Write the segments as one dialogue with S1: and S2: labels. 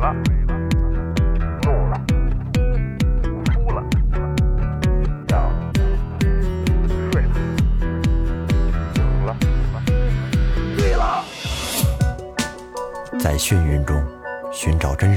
S1: 了，怒了，哭了，笑了，睡了，醒了，醉了。
S2: 在眩晕中寻找真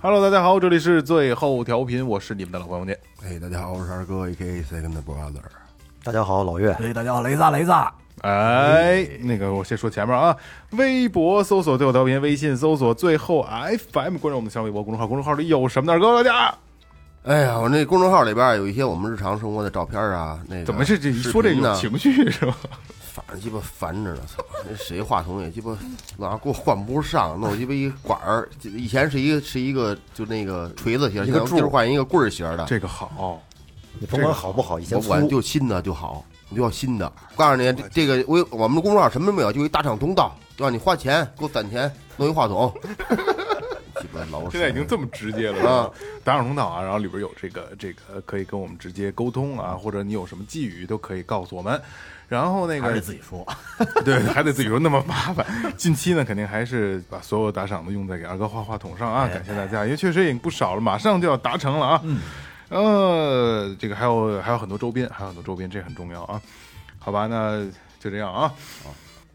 S3: Hello，大家好，这里是最后调频，我是你们的老朋友们。
S4: 哎，大家好，我是二哥 A K A Second Brother。
S2: 大家好，老岳，
S5: 哎，大家好，雷子雷子，
S3: 哎，那个我先说前面啊，微博搜索最后调频，微信搜索最后 FM，关注我们的新浪微博公众号，公众号里有什么呢？告诉大家，
S4: 哎呀，我那公众号里边有一些我们日常生活的照片啊，那个
S3: 怎么是这一说这
S4: 视频
S3: 有
S4: 呢？
S3: 情绪是吧？
S4: 反正鸡巴烦着呢，操！那谁话筒也鸡巴老给我换不上，弄鸡巴一管儿。以前是一个是一个就那个锤子型，现在今儿换一个棍儿型的。
S3: 这个好，
S2: 你甭管好不好，以前
S4: 我
S2: 粗
S4: 管就新的就好，我就要新的。我告诉你，这这个我有我们的公众号什么都没有，就一大厂通道，让你花钱给我攒钱弄一话筒。 鸡巴老
S3: 现在已经
S4: 神
S3: 这么直接了啊！打赏通道啊，然后里边有这个这个可以跟我们直接沟通啊，或者你有什么寄语都可以告诉我们。然后那个
S5: 还是自己说，
S3: 对，还得自己说那么麻烦。近期呢，肯定还是把所有打赏的用在给二哥画话筒上啊，感谢大家，因为确实也不少了，马上就要达成了啊。嗯，呃，这个还有还有很多周边，还有很多周边，这很重要啊。好吧，那就这样啊。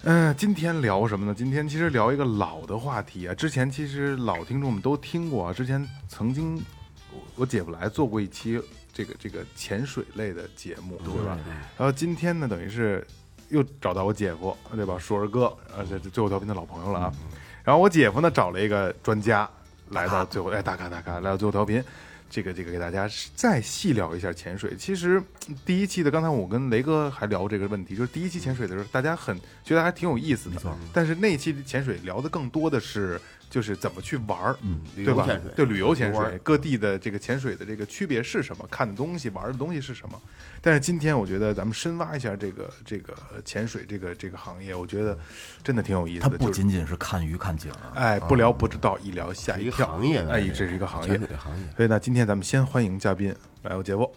S3: 嗯、今天聊什么呢？今天其实聊一个老的话题啊，之前其实老听众们都听过啊，之前曾经我我姐夫来做过一期这个这个潜水类的节目，对吧？然后今天呢，等于是又找到我姐夫，对吧？硕儿哥，而且最后调频的老朋友了啊。然后我姐夫呢找了一个专家来到最后，哎，大咖大咖来到最后调频，这个这个给大家再细聊一下潜水。其实嗯第一期的，刚才我跟雷哥还聊这个问题，就是第一期潜水的时候，大家很觉得还挺有意思的，但是那期潜水聊的更多的是。就是怎么去玩儿，嗯，
S4: 旅
S3: 对
S4: 游
S3: 吧
S4: 潜水？
S3: 对旅游潜
S4: 玩儿
S3: 水，各地的这个潜水的这个区别是什么？看的东西、玩的东西是什么？但是今天我觉得咱们深挖一下这个这个潜水这个这个行业，我觉得真的挺有意
S5: 它
S3: 思的。
S5: 不
S3: 就是
S5: 仅仅是看鱼看景儿，
S3: 哎，不聊不知道，一聊吓
S4: 一
S3: 一
S4: 个
S3: 跳。
S4: 行业呢
S3: 哎
S4: 这，个
S3: 这是一个行业
S4: 潜水这行业。
S3: 所以呢，今天咱们先欢迎嘉宾，来我姐夫，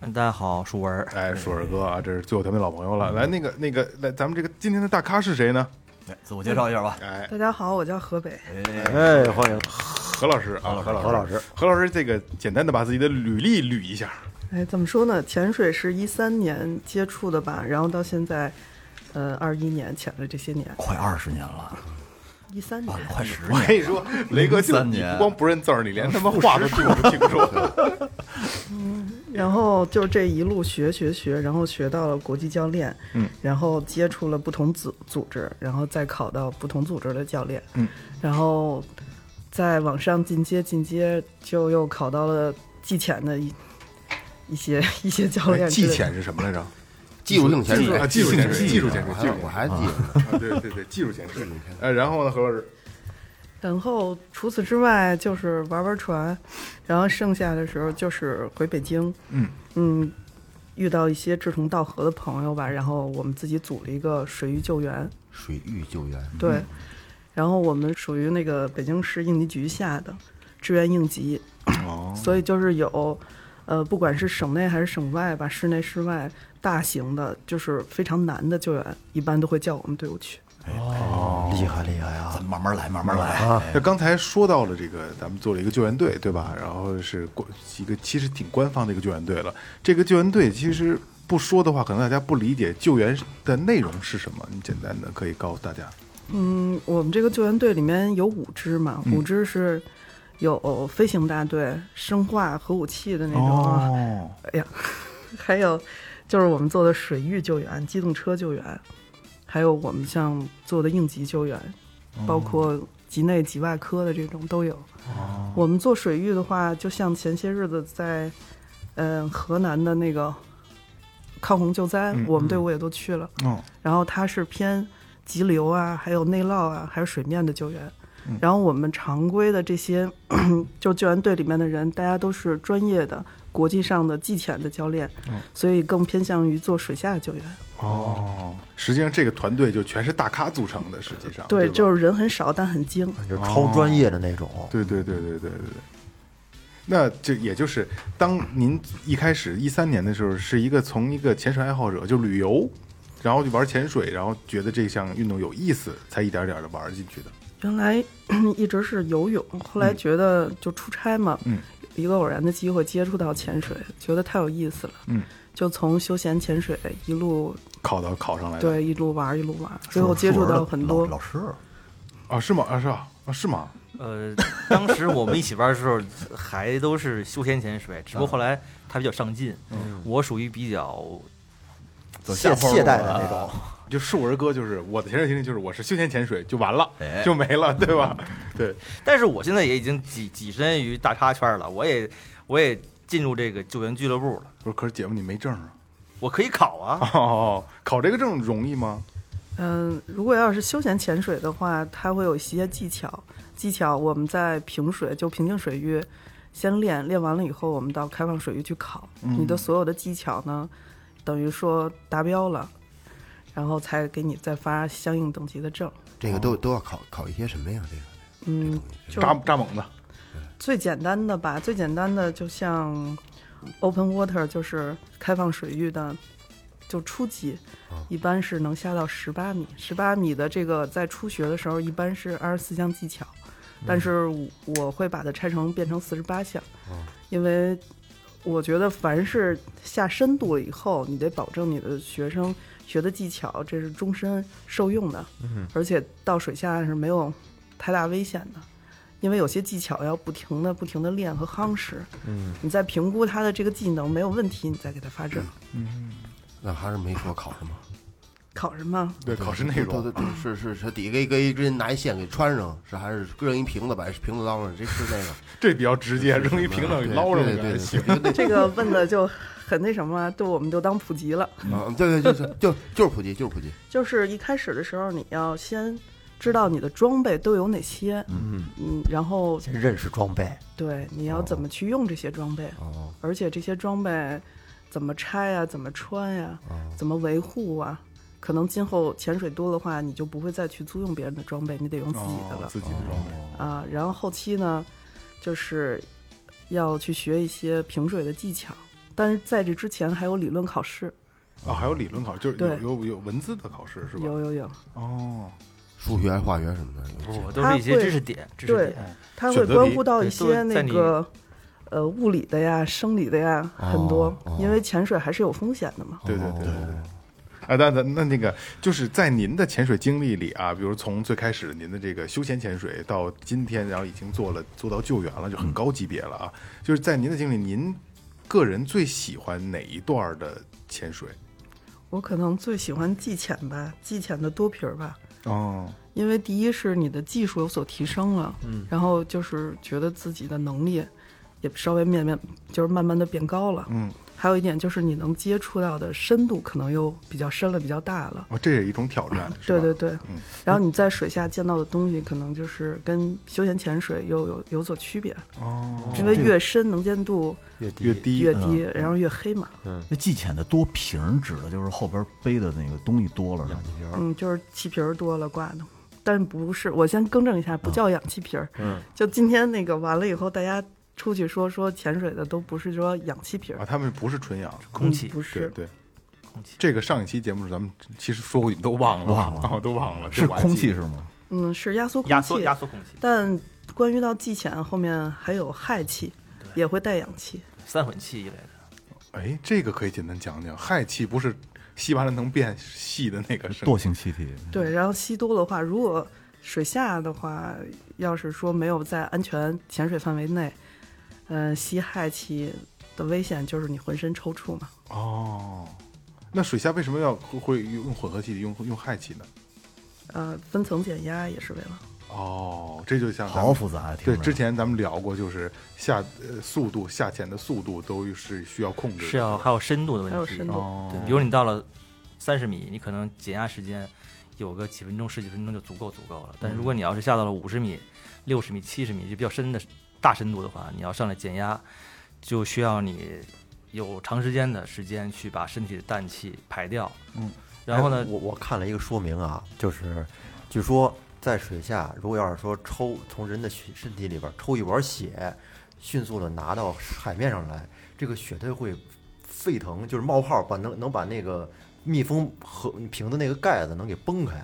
S5: 嗯，大家好，舒文儿，
S3: 哎，硕儿哥啊，这是最后调频老朋友了。来，那个那个，来，咱们这个今天的大咖是谁呢？
S5: 哎自我介绍一下吧，
S3: 哎，
S6: 大家好，我叫河北，
S2: 哎，欢迎
S3: 何老师啊，何老师，
S2: 何老师，
S3: 何老师，这个简单的把自己的履历捋一 下。
S6: 哎，怎么说呢？潜水是一三年接触的吧，然后到现在，呃，二一年潜了这些年，
S5: 快二十年了，
S6: 一三年
S5: 啊，快十
S3: 我
S5: 年，
S3: 跟你说，雷哥就
S5: 03
S3: 你
S5: 年
S3: 不光不认字儿，你 连他妈话都听不清 楚。
S6: 然后就这一路学学学，然后学到了国际教练，嗯，然后接触了不同组组织，然后再考到不同组织的教练，嗯，然后再往上进阶进阶，就又考到了技潜的一一些一些教练之类
S3: 技
S6: 的，
S3: 哎潜是什么来着？
S4: 技术性潜水
S3: 啊，，技术潜水，技术潜水，
S4: 我
S3: 技术潜
S4: 还
S3: 水
S4: 我还记 得。
S3: 啊，对对对，技术潜水。哎，然后呢，何老师，
S6: 然后除此之外就是玩玩船，然后剩下的时候就是回北京，
S3: 嗯
S6: 嗯遇到一些志同道合的朋友吧，然后我们自己组了一个水域救援，
S4: 水域救援，
S6: 对，
S3: 嗯
S6: 然后我们属于那个北京市应急局下的支援应急，
S3: 哦，
S6: 所以就是有，呃，不管是省内还是省外吧，室内室外大型的，就是非常难的救援，一般都会叫我们队伍去。
S2: 厉害厉害啊！
S5: 咱慢慢来，慢慢来啊，
S3: 那刚才说到了这个，咱们做了一个救援队，对吧？然后是官一个其实挺官方的一个救援队了。这个救援队其实不说的话，可能大家不理解救援的内容是什么。你简单的可以告诉大家。
S6: 嗯，我们这个救援队里面有五支嘛，五支是有飞行大队、生化、核武器的那种啊，
S3: 哦，
S6: 哎呀， 还有就是我们做的水域救援、机动车救援，还有我们像做的应急救援，包括急内急外科的这种都有。我们做水域的话，就像前些日子在嗯、呃河南的那个抗洪救灾，我们队伍也都去了。
S3: 哦，
S6: 然后它是偏急流啊，还有内涝啊，还有水面的救援。然后我们常规的这些 就救援队里面的人，大家都是专业的国际上的技潜的教练，所以更偏向于做水下救援。
S3: 哦，实际上这个团队就全是大咖组成的，实际上
S6: 对，
S3: 吧
S6: 就是人很少，但很精。
S7: 就超专业的那种。
S5: 哦
S3: 对对对对对对对。那这也就是当您一开始一三年的时候，是一个从一个潜水爱好者就旅游，然后就玩潜水，然后觉得这项运动有意思，才一点点的玩进去的。
S6: 原来 一直是游泳，后来觉得就出差嘛，
S3: 嗯
S6: 一个偶然的机会接触到潜水，觉得太有意思了，
S3: 嗯
S6: 就从休闲潜水一路
S3: 考到考上来的。
S6: 对一路玩一路玩，最后接触到很多
S7: 老老师，
S3: 啊，是吗？啊是啊啊是吗？
S8: 呃，当时我们一起玩的时候，还都是休闲潜水，只不过后来他比较上进，我属于比较
S7: 懈
S5: 啊
S7: 懈怠的哎那种。
S3: 啊就树儿哥就是我的潜水经历，就是我是休闲潜水就完了
S5: 哎，
S3: 就没了，对吧？对，
S8: 但是我现在也已经跻跻身于大叉圈了，我也我也进入这个救援俱乐部了，
S3: 不是，可是姐夫你没证啊？
S8: 我可以考啊。
S3: 哦，考这个证容易吗？
S6: 嗯，如果要是休闲潜水的话，它会有一些技巧。技巧我们在平水，就平静水域，先练，练完了以后，我们到开放水域去考。你的所有的技巧呢，等于说达标了，然后才给你再发相应等级的证。
S4: 这个都都要考考一些什么呀？这个
S6: 嗯，就
S3: 扎扎猛子，
S6: 最简单的吧，最简单的就像 open water，就是开放水域的，就初级，一般是能下到十八米。十八米的这个在初学的时候一般是二十四项技巧，但是我我会把它拆成变成四十八项，因为我觉得凡是下深度了以后，你得保证你的学生学的技巧这是终身受用的，而且到水下是没有太大危险的。因为有些技巧要不停的、不停的练和夯实。嗯，你在评估他的这个技能没有问题，你再给他发证。
S4: 那还是没说考什么，
S6: 考什么？
S3: 对， 考试内
S4: 都
S3: 容。
S4: 都都是是是底给给给人拿一线给穿上，是还是扔一瓶子把瓶子捞上，这是那 个
S3: 这比较直接，扔一瓶子给捞上
S4: 对
S3: 去
S4: 对
S3: 还行。
S4: 对，
S6: 这个问的就很那什么了，对，我们就当普及了。
S4: 啊，对对就是就就是普及，就是普及，
S6: 就是一开始的时候，你要先知道你的装备都有哪些，嗯然后
S7: 先认识装备，
S6: 对你要怎么去用这些装备，
S4: 哦
S6: 而且这些装备怎么拆呀、怎么穿呀、
S4: 哦
S6: 怎么维护啊。可能今后潜水多的话，你就不会再去租用别人的装备，你得用自己的了。
S3: 哦自己的装备。
S6: 啊，然后后期呢，就是要去学一些平水的技巧，但是在这之前还有理论考试，
S3: 啊，还有理论考，就是有
S6: 对
S3: 有有文字的考试是吧？
S6: 有有有，
S3: 哦，
S4: 数学、化学什么的，
S8: 我都是一些知识点，知识
S6: 对
S8: 点。
S6: 它
S3: 选
S6: 会
S3: 择
S6: 关
S3: 题
S6: 乎到一
S8: 对
S6: 些
S8: 都是
S6: 那
S8: 在你哦
S6: 个呃物理的呀、生理的呀，很多，因为潜水还是有风险的嘛。
S3: 对对对对对。啊，那那那那个，就是在您的潜水经历里啊，比如从最开始您的这个休闲潜水到今天，然后已经做了做到救援了，就很高级别了啊。就是在您的经历，您个人最喜欢哪一段的潜水？
S6: 我可能最喜欢技潜吧，技潜的多皮儿吧，
S3: 哦，
S6: 因为第一是你的技术有所提升了，嗯，然后就是觉得自己的能力也稍微面面就是慢慢的变高了，
S3: 嗯，
S6: 还有一点就是你能接触到的深度可能又比较深了，比较大了，
S3: 哦，这也是一种挑战，是吧嗯
S6: 对嗯对对，然后你在水下见到的东西可能就是跟休闲潜水又有有所区别，
S3: 哦，
S6: 因为越深能见度
S7: 越低
S3: 越低嗯
S6: 越低，然后越黑嘛，
S5: 那季潜的多瓶儿指的就是后边背的那个东西多了，是吧？
S6: 嗯，就是气瓶儿多了挂的，但不是。我先更正一下，不叫氧气瓶儿。嗯，就今天那个完了以后，大家出去说说潜水的都不是说氧气瓶
S3: 啊，
S6: 儿，
S3: 他们不是纯氧，
S8: 空气
S6: 嗯不
S3: 对
S6: 是。
S3: 对。
S8: 空气
S3: 这个上一期节目咱们其实说过，你们都忘了，
S5: 忘了
S3: 啊都忘了，
S5: 是空气
S3: 是
S5: 是吗？
S6: 嗯，是压缩空气。
S8: 压缩压缩空气，
S6: 但关于到季潜后面还有氦气，也会带氧气。
S8: 三混气一类的。
S3: 哎，这个可以简单讲讲，氦气不是吸完了能变细的那个是吗
S5: 惰性气体，
S6: 对，然后吸多的话，如果水下的话，要是说没有在安全潜水范围内，嗯，吸氦气的危险就是你浑身抽搐嘛。
S3: 哦，那水下为什么要会会用混合气体，用用氦气呢？
S6: 呃，分层减压也是为了。
S3: 哦，这就像咱
S5: 好
S3: 们
S5: 复杂呀！听
S3: 对
S5: 着
S3: 之前咱们聊过，就是下呃速度下潜的速度都是需要控制的，
S8: 是啊要还有深度的问题，
S6: 还有深度
S3: 哦
S8: 对，比如你到了三十米，你可能减压时间有个几分钟、十几分钟就足够足够了。但如果你要是下到了五十米、六十米、七十米就比较深的大深度的话，你要上来减压，就需要你有长时间的时间去把身体的氮气排掉。
S5: 嗯，
S8: 然后呢
S7: 哎，我我看了一个说明啊，就是据说在水下，如果要是说抽从人的血身体里边抽一管血，迅速的拿到海面上来，这个血它会沸腾，就是冒泡，把能能把那个密封和瓶的那个盖子能给崩开，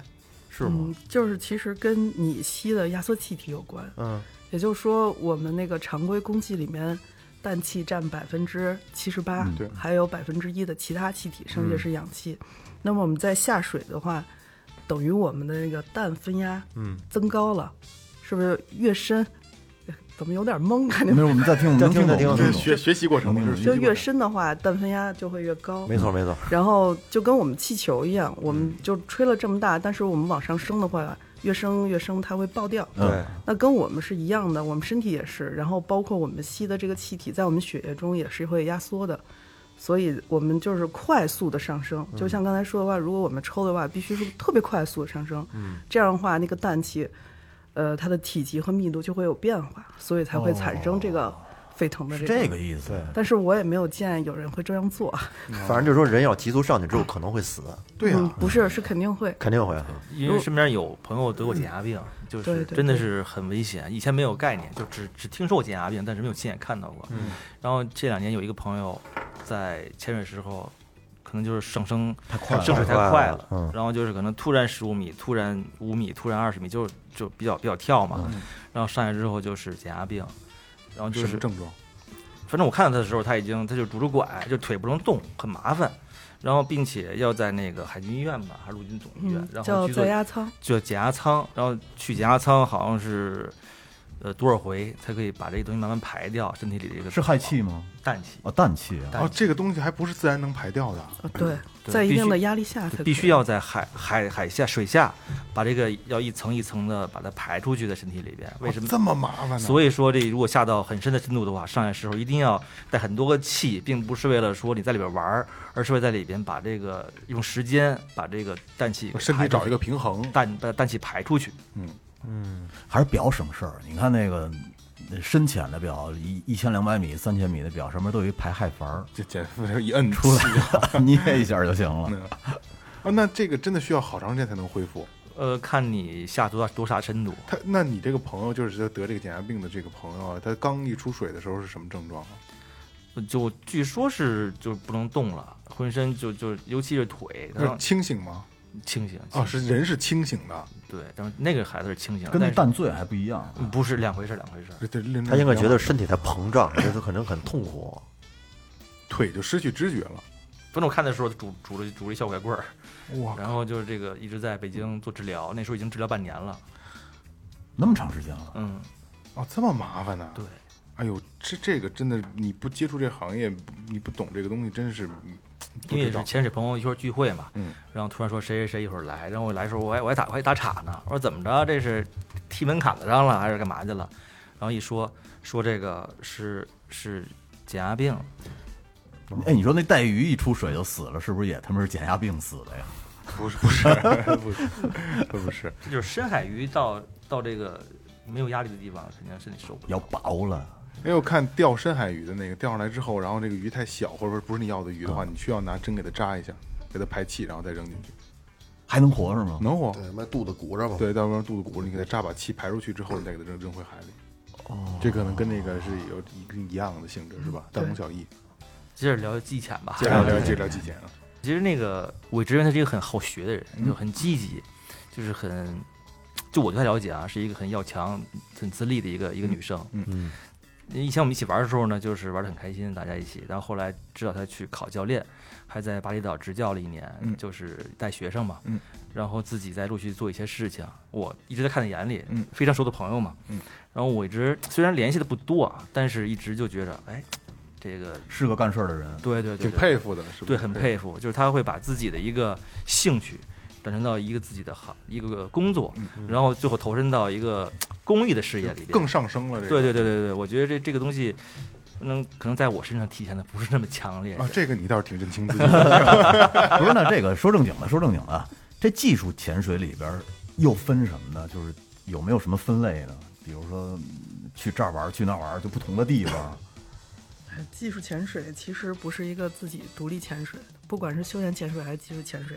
S7: 是吗
S6: 嗯？，就是其实跟你吸的压缩气体有关。
S7: 嗯，
S6: 也就是说，我们那个常规空气里面，氮气占百分之七十
S5: 嗯
S6: 八，
S3: 对
S6: 还有百分之一的其他气体，剩下
S7: 嗯
S6: 是氧气。那么我们在下水的话，等于我们的那个氮分压
S7: 嗯
S6: 增高了，是不是越深？怎么有点懵？感觉
S5: 没有，我们再听，我们
S7: 再
S5: 能
S7: 听
S5: 听
S7: 再
S5: 懂，
S7: 听
S5: 能
S7: 这是
S5: 听懂
S1: 学学习过程嘛，就是
S6: 就
S1: 学习过程。
S6: 越深的话，氮分压就会越高。
S7: 没错没嗯错，
S6: 然后就跟我们气球一样，我们就吹了这么大，但是我们往上升的话，越升越升，它会爆掉。
S7: 对，
S6: 那跟我们是一样的，我们身体也是，然后包括我们吸的这个气体，在我们血液中也是会压缩的，所以我们就是快速的上升。就像刚才说的话，如果我们抽的话，必须是特别快速的上升，嗯，这样的话那个氮气，呃，它的体积和密度就会有变化，所以才会产生这个沸腾的
S5: 哦是
S6: 这
S5: 这个。意思。
S6: 但是我也没有见有人会这样做，
S7: 反正就是说人要急速上去之后可能会死，
S3: 对呀、
S6: 嗯，不是，是肯定会。
S7: 肯定会。
S8: 因为身边有朋友得过减压病，就
S6: 嗯对
S8: 是
S6: 对
S8: 真的
S6: 对
S8: 是很危险。以前没有概念，就只只听说过减压病，但是没有亲眼看到过。
S6: 嗯
S8: 然后这两年有一个朋友在潜水时候，可能就是上升
S5: 太快了
S8: 升水太
S7: 太快
S8: 快
S7: 了
S8: 了，
S7: 嗯
S8: 然后就是可能突然十五米，突然五米，突然二十米，就就比较比较跳嘛。然后上来之后就是减压病，然后就
S3: 什
S8: 是
S3: 么症状？
S8: 反正我看到他的时候，他已经他就拄着拐，就腿不能动，很麻烦。然后，并且要在那个海军医院吧，还是陆军总医院
S6: 嗯，，
S8: 然后啊
S6: 叫
S8: 去做
S6: 在压舱，
S8: 就减压舱，然后去减压舱好像是呃多少回才可以把这个东西慢慢排掉身体里 的这个
S5: 是氦气吗？
S8: 氮气，
S5: 啊，氮气啊，
S8: 氮
S3: 哦，
S8: 气
S3: 这个东西还不是自然能排掉的，
S6: 呃对，
S8: 对
S6: 在一
S8: 必
S6: 定
S8: 须
S6: 的压力下才
S8: 就
S6: 可
S8: 必须
S6: 以
S8: 要在海海海下水下把这个要一层一层的把它排出去在身体里边。为什么？
S3: 哦这么麻烦呢？
S8: 所以说这如果下到很深的深度的话，上来时候一定要带很多个气，并不是为了说你在里边玩儿，而是为在里边把这个用时间把这个氮气给
S3: 身
S8: 排
S3: 体
S8: 出
S3: 找一
S8: 去
S3: 个平衡。
S8: 氮把氮气排出去。
S5: 还是表省事儿。你看那个那深浅的表，一一千两百米、三千米的表上面都有一排氦阀儿，
S3: 这减一摁出
S7: 啊
S3: 来
S5: 捏一下就行
S3: 嗯
S5: 了。
S3: 啊，那这个真的需要好长时间才能恢复。
S8: 呃，看你下多大多大深度，
S3: 他，那你这个朋友就是得这个减压病的这个朋友啊，他刚一出水的时候是什么症状啊？
S8: 就据说是就不能动了，浑身就就尤其是腿，
S3: 他
S8: 然后
S3: 是清醒吗？
S8: 清醒
S3: 啊，是人是清醒的，
S8: 对，但是那个孩子是清醒的，
S5: 跟那
S8: 但
S5: 氮醉还不一样啊，
S8: 是不是两回事，两回事。
S3: 这这
S7: 他应该觉得身体在膨胀，就是可能很痛苦。
S3: 腿就失去知觉了。
S8: 反正我看的时候，拄拄着拄着一小拐棍儿，
S3: 哇，
S8: 然后就是这个一直在北京做治疗，那时候已经治疗半年了。
S5: 那么长时间了，
S8: 嗯，
S3: 哦，这么麻烦呢、
S8: 对，
S3: 哎呦，这这个真的，你不接触这行业，你不懂这个东西，真是嗯不
S8: 因为
S3: 知
S8: 也
S3: 道
S8: 是。潜水朋友一块儿聚会嘛，
S3: 嗯，
S8: 然后突然说谁谁谁一会儿来，然后我来的时候我还我还打我还打岔呢，我说怎么着这是踢门槛子上了还是干嘛去了？然后一说说这个是是减压病，
S3: 嗯
S5: 哎，你说那带鱼一出水就死了，是不是也他妈是减压病死的呀？
S3: 不是不是不是不是，
S8: 这就是深海鱼到到这个没有压力的地方，肯定身体受不了。
S5: 要薄了，
S3: 因为我哎看钓深海鱼的那个钓上来之后，然后这个鱼太小，或者说不是你要的鱼的
S8: 嗯
S3: 话，你需要拿针给它扎一下，给它排气，然后再扔进去，
S5: 还能活是吗？
S3: 能活。
S4: 对，那肚子鼓着嘛，
S3: 啊对，要不然肚子鼓，你给它扎把气排出去之后，你再给它扔扔回海里。哦，这可能跟那个是有一一样的性质，是吧？大同小异。
S8: 接着聊极潜吧，
S3: 接着聊，接着聊极简啊。
S8: 其实那个伪职员他是一个很好学的人，就很积极，就是很，就我对他了解啊，是一个很要强、很自立的一个一个女生。
S3: 嗯
S7: 嗯，
S8: 以前我们一起玩的时候呢，就是玩的很开心，大家一起。然后后来知道他去考教练，还在巴厘岛执教了一年，
S3: 嗯
S8: 就是带学生嘛。
S3: 嗯。
S8: 然后自己在陆续做一些事情，我一直在看在眼里，
S3: 嗯
S8: 非常熟的朋友嘛。
S3: 嗯。
S8: 然后我一直虽然联系的不多，啊，但是一直就觉着，哎，这个
S5: 是个干事儿的人，
S8: 对对对
S3: 挺
S8: 对，
S3: 佩服的，是吧？
S8: 对，很佩服，就是他会把自己的一个兴趣转成到一个自己的行一个工作，然后最后投身到一个公益的事业里边。
S3: 更上升了这个。
S8: 对对对对对，我觉得这这个东西，能可能在我身上体现的不是那么强烈。
S3: 啊，这个你倒是挺认清自己的。
S5: 不是，那这个说正经的，说正经的，啊这技术潜水里边儿又分什么呢？就是有没有什么分类呢？比如说嗯去这儿玩儿，去那儿玩儿，就不同的地方。啊
S6: 技术潜水其实不是一个自己独立潜水，不管是休闲潜水还是技术潜水，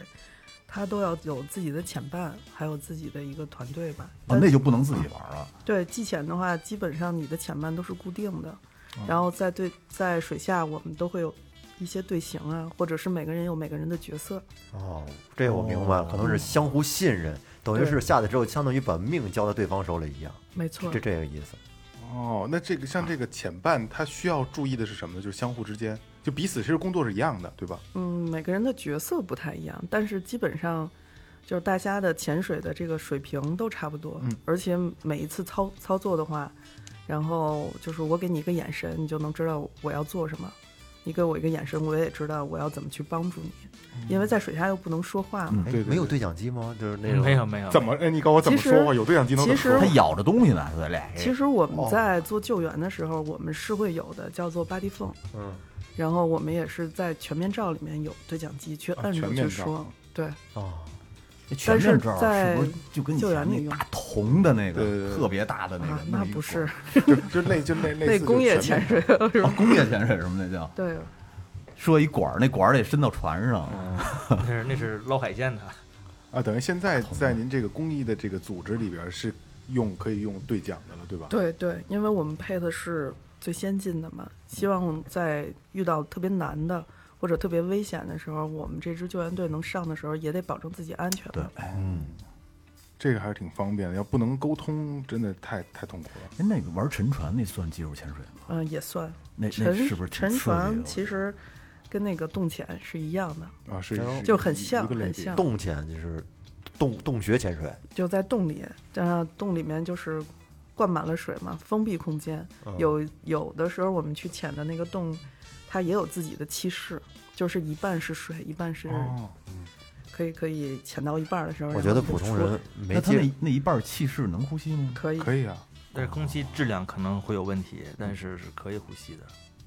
S6: 它都要有自己的潜伴，还有自己的一个团队吧。
S5: 啊，那就不能自己玩儿了。
S6: 对技潜的话，基本上你的潜伴都是固定的，
S5: 啊
S6: 然后在对在水下我们都会有一些队形啊，或者是每个人有每个人的角色。
S7: 哦，这我明白了，可能是相互信任，等于
S6: 对
S7: 是下来之后，相当于把命交到对方手里一样，
S6: 没错
S7: 这，这个意思。
S3: 哦，那这个像这个潜伴，他需要注意的是什么呢？就是相互之间，就彼此其实工作是一样的，对吧？
S6: 嗯，每个人的角色不太一样，但是基本上就是大家的潜水的这个水平都差不多，
S3: 嗯
S6: 而且每一次操操作的话，然后就是我给你一个眼神，你就能知道我要做什么；你给我一个眼神，我也知道我要怎么去帮助你，
S3: 嗯
S6: 因为在水下又不能说话嘛。
S7: 哎
S3: 对对，
S7: 没有
S3: 对
S7: 对讲机吗？就是那种
S8: 嗯没有没有，
S3: 怎么？哎，你告诉我怎么
S6: 其实
S3: 说话？有对讲机能怎么
S6: 其
S3: 说
S6: 实
S5: 它
S3: 话？
S5: 咬着东西呢，对嘞。
S6: 其实我们在做救援的时候，我们是会有的，叫做 body phone。嗯，然后我们也是在全面罩里面有对讲机去
S3: 啊
S6: 摁
S3: 全
S6: 着
S3: 面
S6: 去
S3: 罩
S6: 说，对。
S7: 哦，
S5: 那全面罩
S6: 但
S5: 是
S6: 是
S5: 不是就跟你
S6: 在
S5: 前那大铜的那
S3: 救援里用对对
S5: 个
S3: 对
S5: 特别大的那
S6: 啊
S5: 个，？
S6: 那
S5: 么一
S6: 不是
S3: 就就类就类类
S6: 那
S3: 似
S6: 工业潜水了是
S5: 管
S6: 吧
S5: 啊？工业潜水什么那叫
S6: 对，
S5: 设一管儿，那管儿得伸到船上。
S8: 那是那是捞海鲜的，
S3: 啊，等于现在在您这个公益的这个组织里边是用可以用对讲的了，对吧？
S6: 对对，因为我们配的是最先进的嘛，希望在遇到特别难的或者特别危险的时候，我们这支救援队能上的时候，也得保证自己安全嘛。
S3: 这个还是挺方便的。要不能沟通，真的太太痛苦了。
S5: 哎，那个玩沉船那算技术潜水吗？
S6: 嗯，也算。
S5: 那那
S6: 沉
S5: 是不是挺
S6: 沉
S5: 刺激的
S6: 船其实跟那个洞潜是一样的，
S3: 啊，是
S6: 就很像很像
S7: 洞潜就是洞洞穴潜水，
S6: 就在洞里，然后洞里面就是灌满了水嘛，封闭空间。
S5: 哦
S6: 有有的时候我们去潜的那个洞，它也有自己的气室，就是一半是水，一半是
S3: 哦，
S6: 可以可以潜到一半的时候。
S7: 我
S6: 然
S7: 觉
S6: 后
S7: 得
S6: 就
S7: 普通
S6: 出来
S7: 人没
S5: 那他
S7: 接
S5: 那那一半儿气势能呼吸吗？
S6: 可以
S3: 可以啊，
S8: 但是空气质量可能会有问题，但是是可以呼吸的。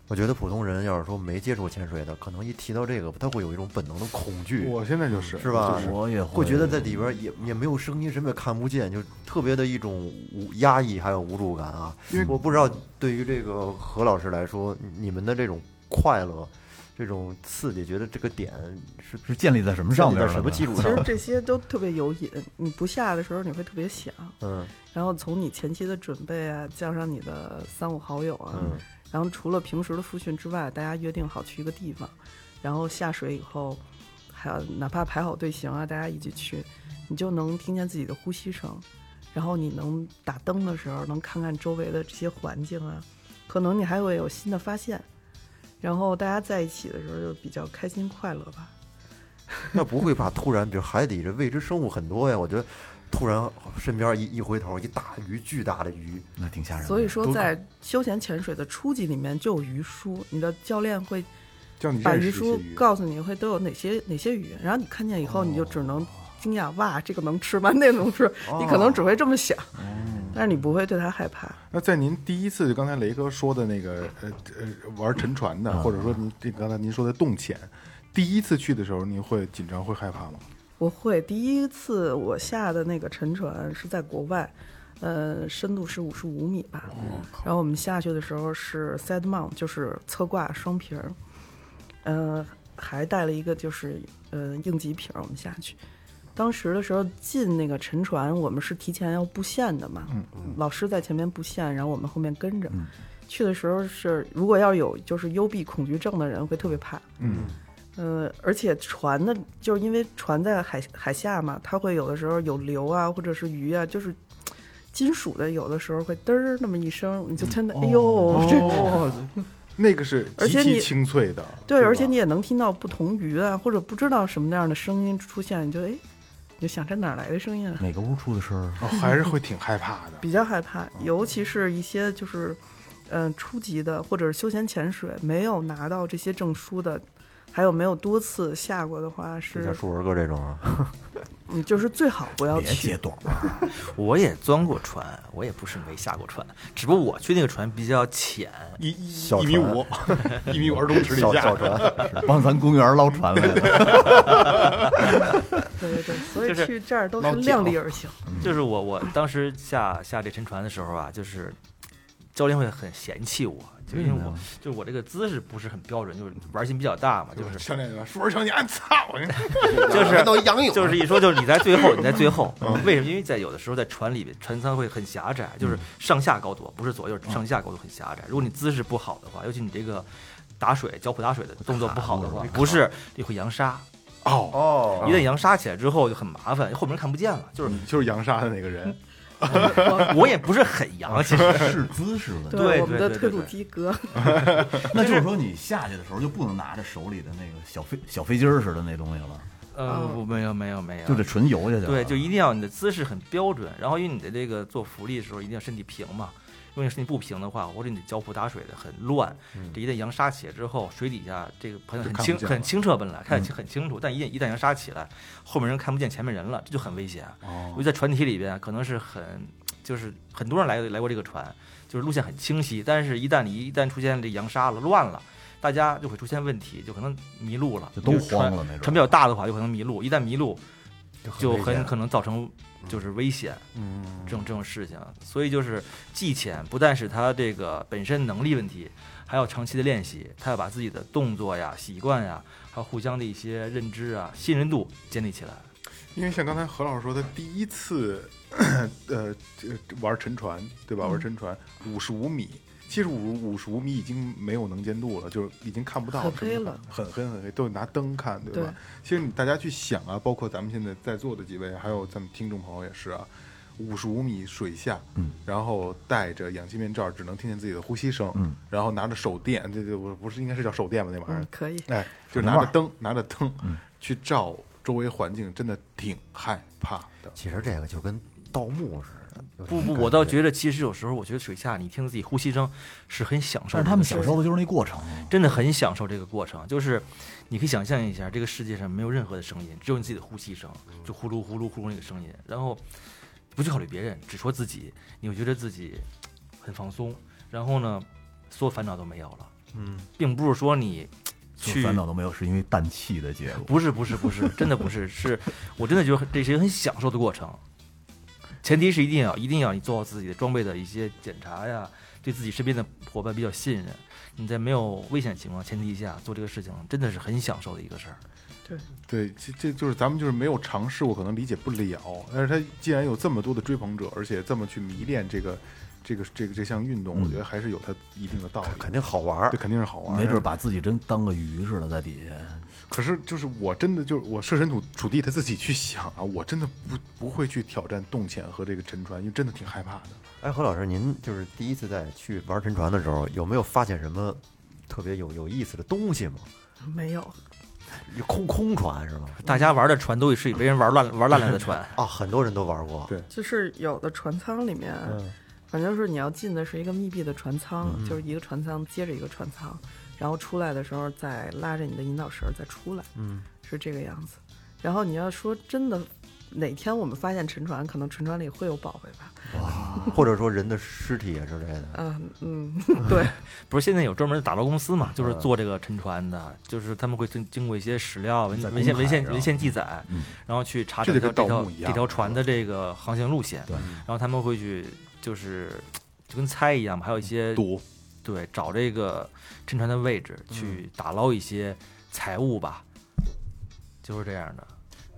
S7: 我觉得普通人要是说没接触潜水的，可能一提到这个，他会有一种本能的恐惧，
S3: 我现在就是
S7: 是吧？
S3: 就是
S5: 我也
S7: 会觉得在里边也也没有声音，什么也看不见，就特别的一种无压抑还有无助感啊
S3: 因为。
S7: 我不知道对于这个何老师来说，你们的这种快乐、这种刺激，觉得这个点是
S5: 是建立在什么上面
S7: 在
S5: 的呢？
S7: 什么基础
S6: 其
S7: 上
S6: 实？这些都特别有瘾，你不下的时候你会特别想，
S7: 嗯，
S6: 然后从你前期的准备啊，加上你的三五好友啊，
S7: 嗯
S6: 然后除了平时的复训之外，大家约定好去一个地方，然后下水以后，还有哪怕排好队形啊，大家一起去，你就能听见自己的呼吸声，然后你能打灯的时候能看看周围的这些环境啊，可能你还会有新的发现，然后大家在一起的时候就比较开心快乐吧。
S7: 那不会怕突然，比如海底这未知生物很多呀，我觉得突然身边一一回头，一大鱼，巨大的鱼，
S5: 那挺吓人的。
S6: 所以说，在休闲潜水的初级里面就有鱼书，你的教练会
S3: 叫你
S6: 把
S3: 认识
S6: 鱼
S3: 一些
S6: 书
S3: 鱼哦
S6: 告诉你会都有哪些哪些鱼，然后你看见以后，你就只能惊讶哇，这个能吃吗？ 那能吃？你可能只会这么想，
S3: 哦
S6: 但是你不会对它害怕。
S3: 那在您第一次就刚才雷哥说的那个呃呃玩沉船
S7: 嗯
S3: 的，或者说您这刚才您说的洞潜，第一次去的时候，您会紧张会害怕吗？
S6: 我会第一次我下的那个沉船是在国外，呃，深度是五十五米吧。
S3: 哦
S6: 然后我们下去的时候是 side mount，就是侧挂双瓶儿，呃，还带了一个就是呃应急瓶儿。我们下去，当时的时候进那个沉船，我们是提前要布线的嘛，
S3: 嗯
S6: 老师在前面布线，然后我们后面跟着。去的时候是，如果要有就是幽闭恐惧症的人会特别怕，
S3: 嗯，
S6: 呃，而且船的，就是因为船在海海下嘛，它会有的时候有流啊，或者是鱼啊，就是嘖金属的，有的时候会嘚儿那么一声，你就真的、哎呦，这
S3: 哦， 那个是
S6: 而
S3: 极
S6: 且
S3: 其
S6: 你
S3: 清脆的，
S6: 对，
S3: 吧
S6: 而且你也能听到不同鱼啊，或者不知道什么样的声音出现，你就哎，你就想这哪儿来的声音啊？
S5: 哪个屋出的声儿？
S3: 哦还是会挺害怕的。
S6: 比较害怕，尤其是一些就是，嗯、初级的或者是休闲潜水没有拿到这些证书的，还有没有多次下过的话
S7: 就像
S6: 是
S7: 树文哥这种啊，
S6: 嗯，就是最好不要
S5: 别
S6: 去
S5: 接。短儿，
S8: 我也钻过船，我也不是没下过船，只不过我去那个船比较浅，
S3: 一一
S7: 小
S3: 一米
S7: 船
S3: 五，一米五儿童尺
S7: 小
S3: 以
S7: 小
S3: 下，
S7: 船，
S5: 帮咱公园捞船来了。
S6: 对对对，所以
S8: 就是
S6: 去这儿都
S3: 捞
S6: 是
S3: 脚
S6: 量力而行。
S8: 就是我我当时下下这沉船的时候啊，就是教练会很嫌弃我，就因为我就是我这个姿势不是很标准，就是玩心比较大嘛，就是
S3: 教练就说：“说成你俺操你！
S8: 就是
S4: 都仰泳，
S8: 就是一说就是你在最后，你在最后，为什么？因为在有的时候在船里面，船舱会很狭窄，就是上下高度，不是左右，是上下高度很狭窄。如果你姿势不好的话，尤其你这个打水、脚蹼打水的动作不好的话，不是你会扬沙，
S3: 哦，
S7: 哦
S8: 一旦扬沙起来之后就很麻烦，后面人看不见了。就是
S6: 嗯
S3: 你就是扬沙的那个人，
S8: 我也不是很扬，其实
S5: 是姿势问题。
S8: 对
S6: 我们
S8: 对
S6: 的
S8: 对
S6: 退
S8: 对
S6: 路
S8: 对
S6: 机哥，
S5: 那就是说你下去的时候就不能拿着手里的那个小飞小飞机儿似的那东西了，
S8: 呃，我没有没有没有，
S5: 就得啊纯游下去了。
S8: 对，就一定要你的姿势很标准，然后因为你的这个做浮力的时候一定要身体平嘛，如果你身体不平的话，或者你的脚蹼打水的很乱，这一旦扬沙起来之后，水底下这个朋友很
S3: 看不
S8: 清
S3: 见
S8: 很
S3: 了
S8: 清澈，本来看得清很清楚，但一旦一旦扬沙起来，后面人看不见前面人了，这就很危险。啊因为在船体里边可能是很就是很多人来来过这个船，就是路线很清晰，但是一旦你一旦出现这扬沙了乱了。大家就会出现问题，就可能迷路了，
S5: 就都
S8: 因为船
S5: 慌了那种
S8: 船比较大的话，有可能迷路。一旦迷路，就
S7: 危
S8: 很
S7: 险
S8: 可能造成就是危险，嗯，这种这种事情。所以就是技潜，不但是他这个本身能力问题，还要长期的练习，他要把自己的动作呀、习惯呀，还有互相的一些认知啊、信任度建立起来。
S3: 因为像刚才何老师说，他第一次呃这玩沉船，对
S6: 嗯
S3: 吧？玩沉船五十五米，其实五五十五米已经没有能见度了，就是已经看不到，
S6: 很黑
S3: 是不是
S6: 了，
S3: 很黑很黑，都得拿灯看，对吧？
S6: 对
S3: 其实你大家去想啊，包括咱们现在在座的几位，还有咱们听众朋友也是啊。五十五米水下，嗯，然后戴着氧气面罩，只能听见自己的呼吸声，嗯，然后拿着手电，这这不不是应该是叫手电吧？那玩意儿、
S6: 嗯，可以。
S3: 哎，就拿着灯，拿着灯、去照周围环境，真的挺害怕的。
S7: 其实这个就跟盗墓似的。有
S8: 不
S7: 这
S8: 不，
S7: 种
S8: 我
S7: 感
S8: 倒
S7: 觉
S8: 觉得其实有时候，我觉得水下你听自己呼吸声是很享受的。
S5: 但是他们享受的就是那过程。
S8: 真的很享受这个过程，就是你可以想象一下，这个世界上没有任何的声音，只有你自己的呼吸声，
S5: 嗯
S8: 就呼噜呼噜呼噜那个声音，然后不去考虑别人，只说自己，你会觉得自己很放松，然后呢，所有烦恼都没有了。嗯，并不是说你
S5: 就
S8: 去
S5: 烦恼都没有，是因为氮气的结果。
S8: 不是不是不是，真的不是，是我真的觉得这是一个很享受的过程。前提是一定要一定要你做好自己的装备的一些检查呀，对自己身边的伙伴比较信任。你在没有危险情况前提下做这个事情，真的是很享受的一个事儿。
S3: 对，这这就是咱们就是没有尝试过，可能理解不了。但是他既然有这么多的追捧者，而且这么去迷恋这个这个这个这项运动，我觉
S8: 嗯
S3: 得还是有它一定的道理。
S7: 肯定好玩儿
S3: 这，肯定是好玩，啊
S5: 没准。把自己真当个鱼似的在底下，
S3: 可是就是我真的就是我设身处处地，他自己去想啊，我真的不不会去挑战洞潜和这个沉船，因为真的挺害怕的。
S7: 哎，何老师，您就是第一次在去玩沉船的时候，有没有发现什么特别有有意思的东西吗？
S6: 没有，
S7: 空空船是吗？
S8: 大家玩的船都是被人玩烂玩烂了的船，
S7: 啊，很多人都玩过。
S3: 对
S6: 就是有的船舱里面，
S8: 嗯
S6: 反正是你要进的是一个密闭的船舱，就是一个船舱接着一个船舱，然后出来的时候再拉着你的引导绳儿再出来，嗯，是这个样子。然后你要说真的，哪天我们发现沉船，可能沉船里会有宝贝吧？
S7: 或者说人的尸体啊之类的。
S6: 嗯嗯， 对，
S8: 不是现在有专门的打捞公司
S5: 嗯
S8: 嘛，就是做这个沉船的，就是他们会经经过一些史
S5: 嗯
S8: 料、文文献、文献、文献记载，然后去查找
S3: 这
S8: 这
S3: 就
S8: 条
S3: 跟盗
S8: 这条
S3: 墓一样
S8: 这条船的这个航行路线，嗯
S5: 对
S8: 然后他们会去就是就跟猜一样嘛，还有一些
S3: 赌
S8: 对找这个沉船的位置
S5: 嗯
S8: 去打捞一些财物吧，就是这样的。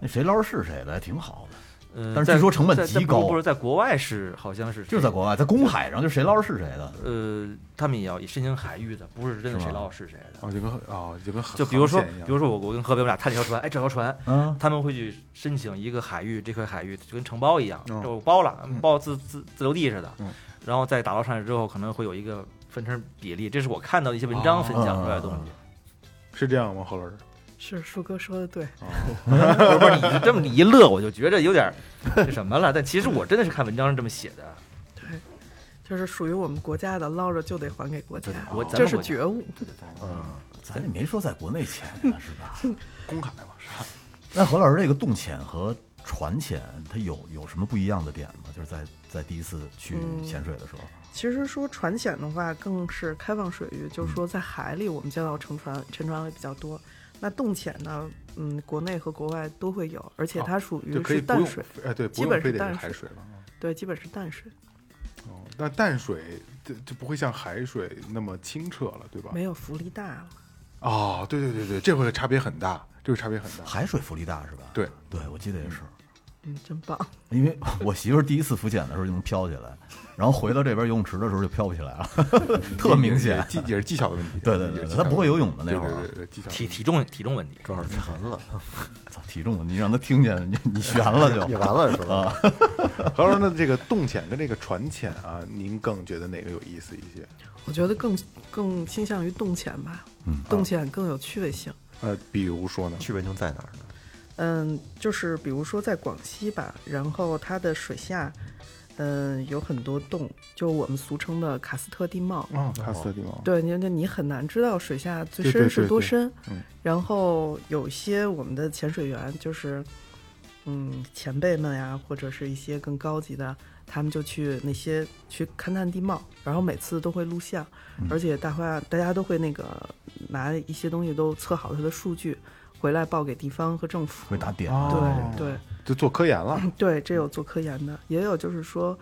S5: 那谁捞着是谁的，还挺好的。
S8: 呃，
S5: 但是据
S8: 在
S5: 说成本
S8: 在
S5: 极
S8: 在
S5: 高啊
S8: 不不是在国外是好像是
S5: 就是在国外，在公海上，就谁捞着是谁的。
S8: 呃，他们也要以深情海域的，不是真的
S5: 是
S8: 谁
S5: 吗
S8: 捞是谁的。
S3: 啊，就跟啊就跟
S8: 就比如说，
S3: 航线一
S8: 比
S3: 样
S8: 如说我我跟河北我们俩探这条船，哎，这条船，
S5: 嗯，
S8: 他们会去申请一个海域，这块海域就跟承包一样，
S3: 嗯
S8: 就包了，包自自自留地似的
S3: 嗯。
S8: 然后再打捞上来之后，可能会有一个分成比例，这是我看到的一些文
S3: 哦
S8: 章分享出来的东西。
S3: 是这样吗，何老师？
S6: 是叔哥说的对，
S8: 不是不是，
S3: 嗯
S8: 你这么一乐，我就觉着有点那什么了。但其实我真的是看文章是这么写的。
S6: 就是属于我们国家的，捞着就得还给国家
S8: 对，
S3: 哦
S8: 国咱们
S6: 这是
S8: 国家
S6: 觉悟。
S5: 咱 啊也没说在国内潜呀，是吧？
S3: 公海嘛，是吧？
S5: 那何老师，这个洞潜和船潜它有有什么不一样的点吗？就是在在第一次去
S6: 嗯
S5: 潜水的时候，
S6: 其实说船险的话，更是开放水域，就
S3: 嗯
S6: 是说在海里我们见到沉船、沉船会比较多。那洞潜呢，嗯，国内和国外都会有，而且它属于
S3: 哦就可以
S6: 是
S3: 不用
S6: 淡水，，
S3: 哎，对，不
S6: 基
S3: 用
S6: 本
S3: 非
S6: 是
S3: 得
S6: 淡
S3: 是
S6: 水
S3: 海水了。
S6: 对，基本是淡水，
S3: 哦，但淡水就就不会像海水那么清澈了，对吧？
S6: 没有浮力大了。
S3: 哦，对对对对，这回差别很大，这个差别很大。
S5: 海水浮力大是吧？
S3: 对，
S5: 对我记得也是，
S6: 嗯，真棒！
S5: 因为我媳妇儿第一次浮潜的时候就能飘起来，然后回到这边游泳池的时候就飘不起来了， 特明
S3: 也
S5: 显
S3: 是。技也是技巧的问题。
S5: 对对
S3: 也
S5: 对
S3: 是
S5: 对，
S3: 技巧
S5: 她
S3: 的
S5: 不会
S3: 问
S5: 游
S3: 题
S5: 泳的那会
S3: 对
S5: 儿啊
S3: 对，对，技 巧
S8: 体体重体重问题，
S7: 主要是沉了，
S5: 操体重你让她听见你你悬了就
S7: 也完了是吧？
S3: 何老师，那这个洞潜跟这个船潜啊，您更觉得哪个有意思一些？
S6: 我觉得更更倾向于洞潜吧，嗯，
S3: 哦
S6: 洞潜更有趣味性。
S3: 呃，比如说呢？
S7: 区别能在哪儿呢？
S6: 嗯，就是比如说在广西吧，然后它的水下，嗯，有很多洞，就我们俗称的卡斯特地貌。
S3: 哦，喀斯特地貌。
S6: 对，你就你很难知道水下最
S3: 对对
S6: 深是
S3: 对
S6: 多
S3: 对
S6: 深。
S3: 嗯
S6: 然后有些我们的潜水员就是，嗯，前辈们呀，或者是一些更高级的，他们就去那些去勘探地貌，然后每次都会录像，
S3: 嗯
S6: 而且大话大家都会那个拿一些东西都测好它的数据，回来报给地方和政府。
S5: 会打点。啊
S3: 哦
S6: 对对，
S3: 就做科研 了。
S6: 对，这有做科研的，也有就是说，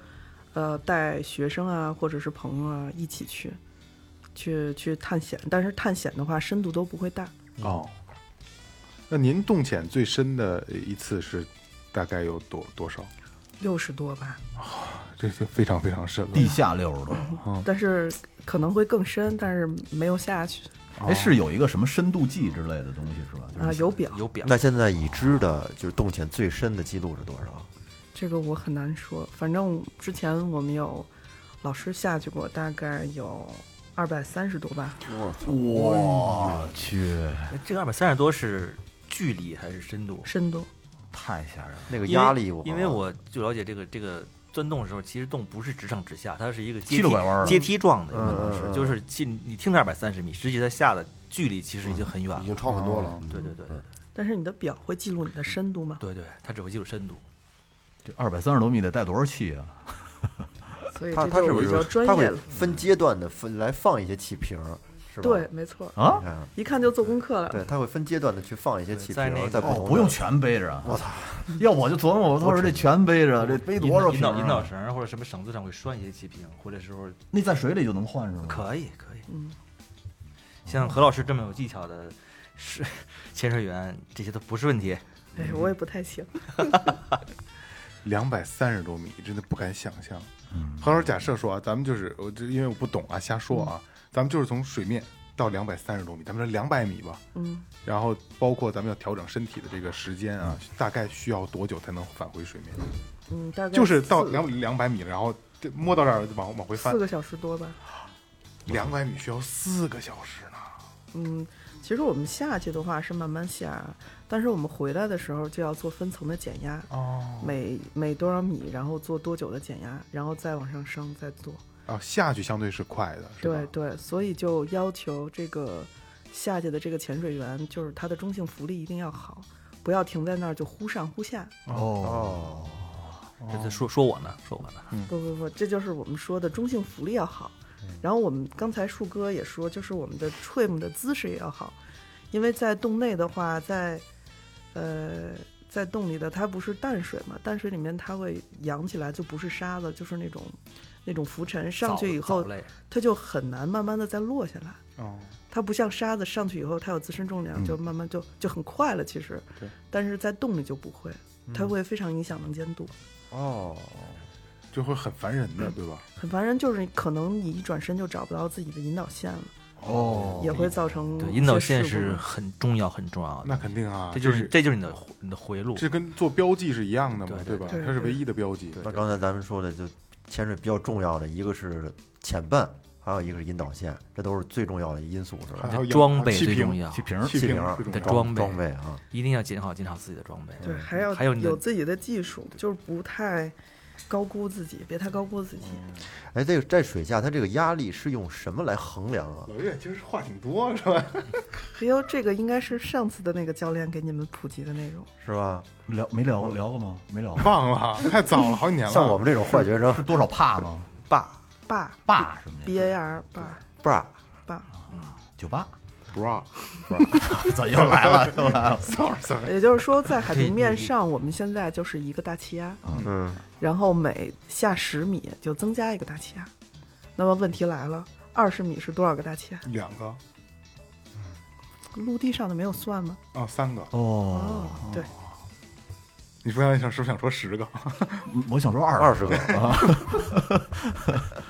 S6: 呃，带学生啊，或者是朋友啊一起去，去去探险。但是探险的话，深度都不会大。
S3: 哦，那您洞潜最深的一次是大概有多多少？
S6: 六十多吧，
S3: 这就非常非常深了。
S5: 地下六十多，
S3: 哦
S7: 哦
S6: 但是可能会更深，但是没有下去
S5: 哎，是有一个什么深度计之类的东西是吧？就是
S6: 啊。有表，
S8: 有表
S7: 那现在已知的就是洞潜最深的记录是多少？
S6: 这个我很难说。反正之前我们有老师下去过，大概有二百三十多吧。
S5: 我去，
S8: 这个二百三十多是距离还是深度？
S6: 深度，
S5: 太吓人了！
S7: 那个
S8: 因为
S7: 压力我啊
S8: 因为我就了解这个这个钻洞的时候，其实洞不是直上直下，它是一个阶
S5: 七
S8: 梯
S5: 溜拐弯儿啊
S8: 阶梯状的，有可
S7: 嗯
S8: 能
S7: 嗯嗯
S8: 是就是进你听着二百三十米，实际它下的距离其实已经很远
S4: 已
S8: 了。
S5: 嗯
S4: 经超很多
S3: 啊
S4: 了。
S8: 对对对对
S6: 但是你的表会记录你的深度吗？
S8: 对对，它只会记住深度。
S5: 这二百三十多米得带多少气啊？
S6: 所以
S7: 它
S6: 这
S7: 它
S6: 就是我
S7: 不
S6: 比
S7: 是
S6: 较专
S7: 它
S6: 业
S7: 会
S6: 了。
S7: 分阶段的分来放一些气瓶儿，是吧？
S6: 对，没错，
S5: 啊
S7: 你，看，
S6: 一看就做功课了。
S7: 对，它会分阶段的去放一些气瓶
S8: 在那
S7: 儿，
S8: 个
S7: 在不
S5: 哦，
S7: 同
S5: 不用
S7: 的
S5: 全背着。我操！要我就琢磨，我说这全背着，这背
S8: 引
S5: 多少
S8: 引
S5: 瓶
S8: 导引导
S5: 啊？嗯
S8: 绳儿或者什么绳子上会拴一些气瓶，或者时候
S5: 那在水里就能换是吗？
S8: 可以可以。
S6: 嗯，
S8: 像何老师这么有技巧的是潜水员，这些都不是问题。
S6: 哎，我也不太行。
S3: 两百三十多米，真的不敢想象。何老师，假设说啊，咱们就是我这，因为我不懂啊，瞎说啊，咱们就是从水面到两百三十多米，咱们说两百米吧，
S6: 嗯，
S3: 然后包括咱们要调整身体的这个时间啊，大概需要多久才能返回水面？
S6: 嗯，大概
S3: 就是到
S6: 四
S3: 两两百米，然后这摸到这儿就往往回翻
S6: 四，个小时多吧。
S3: 两百米需要四个小时呢。
S6: 嗯，其实我们下去的话是慢慢下，但是我们回来的时候就要做分层的减压，
S3: 哦，
S6: 每每多少米，然后做多久的减压，然后再往上升，再做。
S3: 啊，下去相对是快的，是吧
S6: 对？对，所以就要求这个下去的这个潜水员，就是他的中性浮力一定要好，不要停在那儿就忽上忽下。
S7: 哦，
S8: 这这说说我呢，说我呢。
S6: 不不不，这就是我们说的中性浮力要好。
S8: 嗯
S6: 然后我们刚才树哥也说，就是我们的 trim 的姿势也要好，因为在洞内的话，在呃在洞里的它不是淡水嘛，淡水里面它会扬起来，就不是沙子，就是那种那种浮尘，上去以后
S8: 藻类
S6: 它就很难慢慢的再落下来。
S3: 哦，
S6: 它不像沙子上去以后，它有自身重
S8: 嗯
S6: 量，就慢慢就就很快了。其实，
S3: 对
S6: 但是在洞里就不会，
S8: 嗯
S6: 它会非常影响能见度。
S7: 哦，
S3: 就会很烦人的，对吧？
S6: 很烦人，就是你可能你一转身就找不到自己的引导线了，
S5: 哦，
S6: 也会造成
S8: 对，
S6: 一
S8: 引导
S6: 些
S8: 线
S6: 事故
S8: 是很重要很重要的。
S3: 那肯定啊，
S8: 这就是
S3: 是
S8: 这就是你的回你的回路。
S3: 这跟做标记是一样的嘛，
S8: 对对
S3: 吧？
S6: 对对
S3: 它是唯一的标记。
S7: 那刚才咱们说的就潜水比较重要的一个是潜伴，还有一个是引导线，这都是最重要的因素，是吧？
S3: 还有
S8: 装备
S3: 气
S8: 最
S3: 瓶
S8: 重要
S5: 气瓶儿
S3: 气
S7: 气
S3: 瓶
S7: 瓶儿
S3: 最重
S8: 的
S3: 要
S8: 装备
S7: 装备啊，
S8: 一定要检好检好自己的装备。
S6: 对，还要
S8: 还有你的
S6: 有自己的技术，就是不太高估自己，别太高估自己。
S8: 嗯
S7: 哎，这个在水下，它这个压力是用什么来衡量啊？
S3: 老岳今儿话挺多是吧？
S6: 还有这个应该是上次的那个教练给你们普及的内容，
S7: 是吧？
S5: 聊没聊聊过吗？没 聊过，
S3: 忘了，啊太早了，好几年了。
S7: 像我们这种坏学生
S5: 是，多少帕吗？
S7: 爸
S6: 爸
S5: 霸什么的，
S6: B A R 爸
S7: 爸
S6: 爸，
S5: 酒吧，
S7: bra，
S5: 怎又来了？又来了。
S3: sorry sorry，
S6: 也就是说在海平面上，我们现在就是一个大气压，
S7: 嗯，
S6: 然后每下十米就增加一个大气压。那么问题来了，二十米是多少个大气压？
S3: 两个啊、
S6: 陆地上的没有算吗？
S3: 哦三个。
S5: 哦，，
S6: 对，
S3: 你说想想是不是想说十个？
S5: 我想说二
S7: 二十
S5: 十，
S7: 个，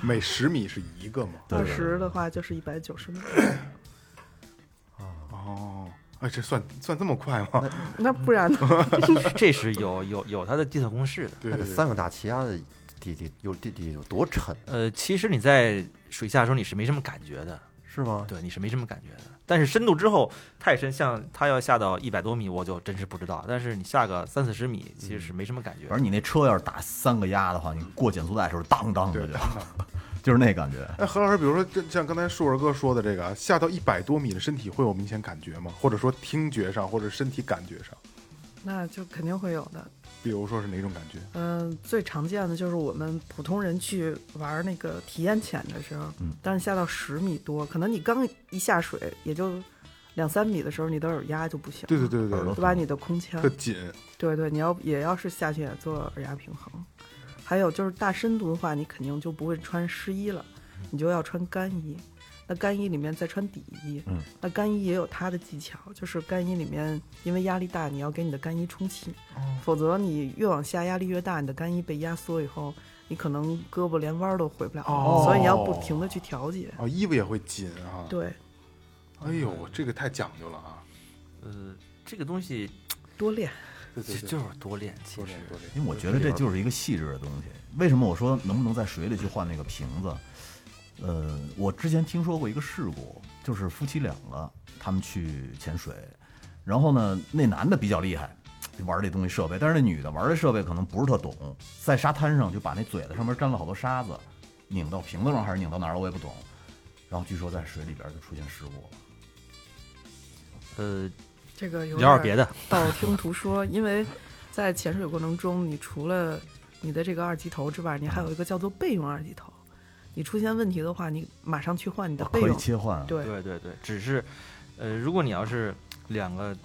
S3: 每十米是一个嘛？
S5: 对
S6: 二十的话就是一百九十米。
S3: 哦，哎，这算算这么快 吗？
S6: 那不然呢？
S8: 这是有有有它的计测公式的。
S3: 对
S7: 那
S3: 对
S7: 得
S3: 对，
S7: 三个大气压的底底有底底有多沉，
S8: 呃，其实你在水下的时候你是没什么感觉的，
S7: 是吗？
S8: 对，你是没什么感觉的。但是深度之后太深，像它要下到一百多米，我就真是不知道。但是你下个三四十米，其实是没什么感觉。
S5: 反正你那车要是打三个压的话，你过减速带的时候当当的
S3: 对
S5: 就， 就是那感觉。
S3: 哎，何老师，比如说，这像刚才树儿哥说的这个啊，下到一百多米的身体会有明显感觉吗？或者说听觉上，或者身体感觉上，
S6: 那就肯定会有的。
S3: 比如说是哪种感觉？
S6: 嗯、最常见的就是我们普通人去玩那个体验潜的时候，
S5: 嗯
S6: 但是下到十米多，可能你刚一下水也就两三米的时候，你的耳压就不行，
S3: 对对，对对
S5: 耳
S3: 对，
S5: 朵
S6: 对吧？你的空腔
S3: 特，紧，
S6: 对对，你要也要是下去也做耳压平衡。还有就是大深度的话，你肯定就不会穿湿衣了，你就要穿干衣。那干衣里面再穿底衣，
S5: 嗯
S6: 那干衣也有它的技巧，就是干衣里面因为压力大，你要给你的干衣充气，否则你越往下压力越大，你的干衣被压缩以后，你可能胳膊连弯儿都回不了了，
S3: 哦
S6: 所以你要不停的去调节。
S3: 哦，衣服也会紧啊。
S6: 对，
S3: 哎呦，这个太讲究了啊！
S8: 呃，这个东西
S6: 多练，
S3: 对
S8: 其
S3: 对
S8: 实
S3: 对，
S8: 就是多练，其
S3: 多
S8: 实
S3: 练多练。
S5: 因为我觉得这就是一个细致的东西。为什么我说能不能在水里去换那个瓶子？呃，我之前听说过一个事故，就是夫妻两个他们去潜水，然后呢，那男的比较厉害，玩这东西设备，但是那女的玩这设备可能不是特懂，在沙滩上就把那嘴子上面沾了好多沙子，拧到瓶子上还是拧到哪儿了我也不懂，然后据说在水里边就出现事故了。
S8: 呃，
S6: 这个有
S8: 聊点别的，
S6: 道听途说，因为在潜水过程中，你除了你的这个二级头之外，你还有一个叫做备用二级头。你出现问题的话，你马上去换你的备
S5: 可以
S6: 用。
S5: 切换啊，
S6: 对，
S8: 对对对，只是，呃，如果你要是两个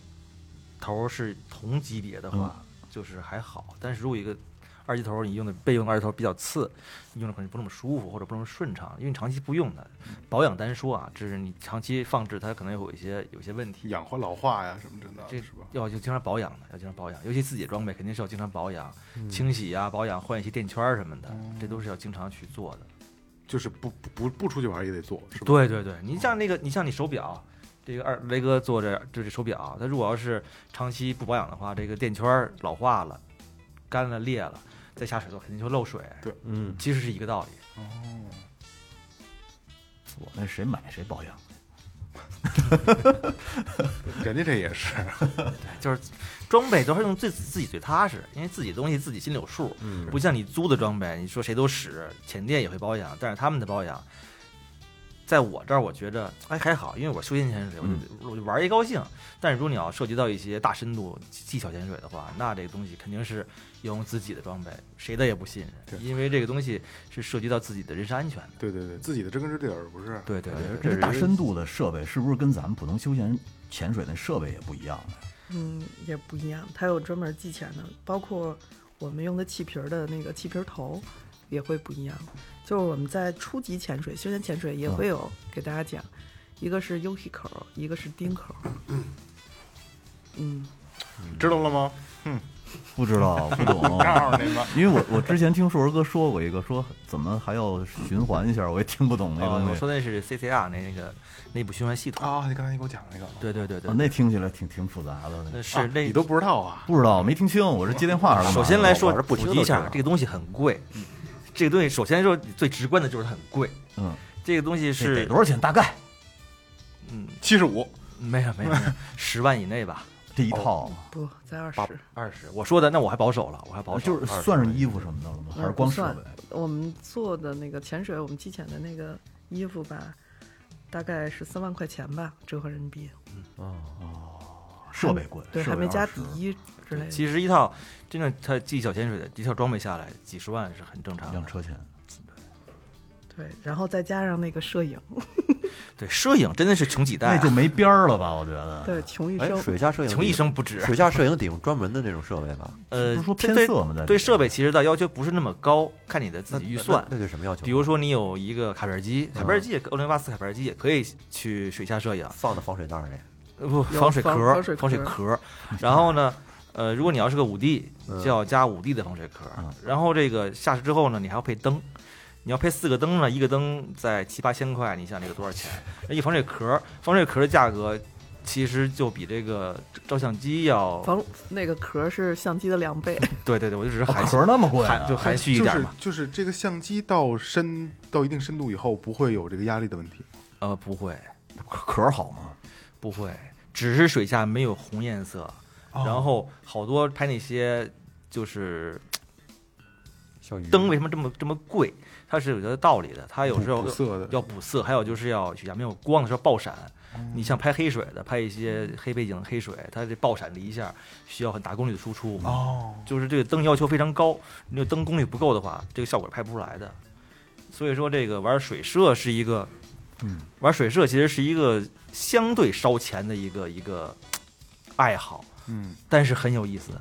S8: 头儿是同级别的话，就是还好；但是如果一个二级头儿你用的备用的二级头儿比较次，你用的可能不那么舒服或者不那么顺畅，因为你长期不用它。保养单说啊，就是你长期放置它可能有一些有一些问题，
S3: 氧化老化呀什么之类
S8: 这
S3: 的，是吧？
S8: 要就经常保养的，要经常保养，尤其自己的装备肯定是要经常保养、清洗啊、保养、换一些垫圈儿什么的，这都是要经常去做的。
S3: 就是不不不不出去玩也得做，是吧？
S8: 对对对，你像那个，你像你手表，这个二雷哥做这这这手表，它如果要是长期不保养的话，这个垫圈儿老化了、干了、裂了，再下水的话肯定就漏水。
S7: 嗯，
S8: 其实是一个道理。
S5: 我那谁买谁保养。
S3: 人家这也是，
S8: 就是装备都是用最自己最踏实，因为自己东西自己心里有数，不像你租的装备，你说谁都使，浅店也会保养，但是他们的保养，在我这儿我觉着哎还好，因为我休闲潜水，我就、我就玩儿一高兴。但是如果你要涉及到一些大深度技巧潜水的话，那这个东西肯定是要用自己的装备，谁的也不信任，因为这个东西是涉及到自己的人身安全呃的。
S3: 对对对，自己的知根知底儿不是？
S8: 对对对，
S5: 这大深度的设备是不是跟咱们普通休闲潜水那设备也不一样呢？
S6: 嗯，也不一样。它有专门系钱的，包括我们用的气瓶儿的那个气瓶儿头也会不一样。就是我们在初级潜水、休闲潜水
S5: 嗯
S6: 也会有给大家讲，一个是 Yuki 口儿，一个是丁口儿。嗯，
S3: 知道了吗？
S5: 不知 道，不懂。
S3: 告诉你们，
S5: 因为我我之前听硕儿哥说过一个，说怎么还要循环一下，我也听不懂那
S8: 哦，
S5: 东
S8: 我
S5: 西。
S8: 说那是 CCR 那那个内部循环系统。
S3: 啊，你刚才你给我讲那个，
S8: 对对对对
S5: 啊，那听起来挺挺复杂的，
S8: 那是那
S3: 你都不知道啊？
S5: 不知道没听清，我是接电话还是干嘛
S8: 首先来
S7: 我
S8: 说，
S7: 是不
S8: 普
S7: 听
S8: 及
S7: 都
S8: 一
S7: 知
S8: 下
S7: 道，
S8: 这个东西很贵。这个东西首先说最直观的就是很贵。
S5: 嗯，
S8: 这个东西
S5: 这得
S8: 是
S5: 多少钱？大概
S8: 嗯，
S3: 七十五，
S8: 没有没有，没有十万以内吧。
S5: 这一
S8: 哦
S5: 套，
S6: 不在二
S8: 八
S6: 十，
S8: 二十，我说的那我还保守了，我还保守，
S5: 就是
S8: 20
S5: 算上衣服什么的了吗？
S6: 嗯
S5: 还是光设备？啊
S6: 我们做的那个潜水，我们机潜的那个衣服吧，大概是三万块钱吧，折合人民币。
S5: 设备贵，
S6: 对，
S5: 设备
S6: 还没加
S5: 20
S6: 底衣之类的。
S8: 其实一套真的，它技巧潜水的一套装备下来几十万是很正常
S5: 一辆
S8: 的。
S5: 车钱。
S6: 对，然后再加上那个摄影，
S8: 对，摄影真的是穷几代、
S5: 那
S8: 啊，
S5: 就没边儿了吧？我觉得，
S6: 对，，穷一
S7: 哎，
S6: 生。
S7: 水下摄影
S8: 穷
S7: 得
S8: 一生不止。
S7: 水下摄影得用专门的那种设备吧？
S8: 呃，
S5: 不是说
S8: 这
S5: 偏
S8: 对
S5: 色吗在里
S8: 对
S5: 面
S8: 设备其实的要求不是那么高，看你的自
S7: 那
S8: 己预算
S7: 那。那对什么要求？
S8: 比如说你有一个卡片机，卡片机也可欧林巴斯卡片机也可以去水下摄影，
S7: 放到防水袋儿里，
S8: 呃不
S6: 有
S8: 防水壳
S6: 防
S8: 儿，
S6: 防水
S8: 防水
S6: 壳
S8: 壳儿。然后呢，呃，如果你要是个五 D，就要加五 D 的防水壳儿。然后这个下池之后呢，你还要配灯，你要配四个灯呢，一个灯在七八千块，你想这个多少钱？那一个防水壳儿，防水壳儿的价格其实就比这个照相机要，
S6: 防那个壳是相机的两倍，
S8: 对对对，我就只是含蓄
S5: 壳儿那么贵啊
S8: 含就含蓄一点嘛。
S3: 就是就是这个相机到深到一定深度以后，不会有这个压力的问题。
S8: 呃，不会，
S5: 壳儿好吗？
S8: 不会，只是水下没有红颜色，然后好多拍那些就是
S7: 小鱼
S8: 灯为什么这么这么贵，它是有它的道理的，它有时候
S3: 补色的
S8: 要补色，还有就是要水下没有光的时候爆闪。
S3: 嗯
S8: 你像拍黑水的，拍一些黑背景、黑水，它这爆闪的一下需要很大功率的输出，
S3: 哦，
S8: 就是这个灯要求非常高，你这灯功率不够的话，这个效果拍不出来的。所以说，这个玩水射是一个，
S5: 嗯，
S8: 玩水射其实是一个相对烧钱的一个一个嘖爱好，
S3: 嗯，
S8: 但是很有意思，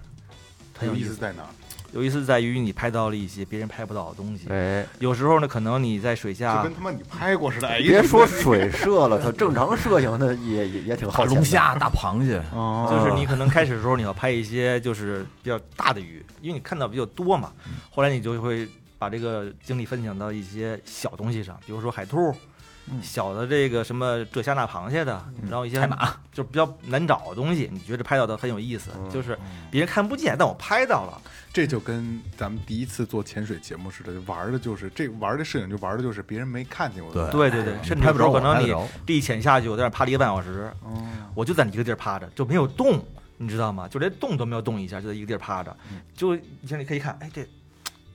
S8: 很
S3: 有
S8: 有
S3: 意
S8: 意
S3: 思
S8: 思。
S3: 在哪儿？
S8: 有意思在于你拍到了一些别人拍不到的东西。
S7: 哎，
S8: 有时候呢，可能你在水
S3: 就
S8: 下
S3: 跟他妈你拍过似的。哎呀
S7: 别说水射了，它正常摄影的也也也挺
S5: 大
S7: 耗钱的
S5: 龙虾、大螃蟹，
S3: 哦，
S8: 就是你可能开始的时候你要拍一些就是比较大的鱼，因为你看到比较多嘛，后来你就会把这个精力分享到一些小东西上，比如说海兔。小的这个什么这虾那螃蟹的，然后一些海马，就比较难找的东西，你觉得拍到的很有意思，就是别人看不见，但我拍到了，
S3: 这就跟咱们第一次做潜水节目似的，玩的就是这玩的摄影，就玩的就是别人没看见过的。
S8: 对对对，哎甚至
S5: 拍
S8: 有
S5: 不
S8: 时
S5: 着
S8: 候
S5: 我
S8: 可能
S5: 拍得
S8: 你
S5: 着
S8: 地潜下去，我在那儿趴了一个半小时，
S3: 哦，
S8: 我就在一个地儿趴着，就没有动，你知道吗？就连动都没有动一下，就在一个地儿趴着，就你像你可以看，哎，这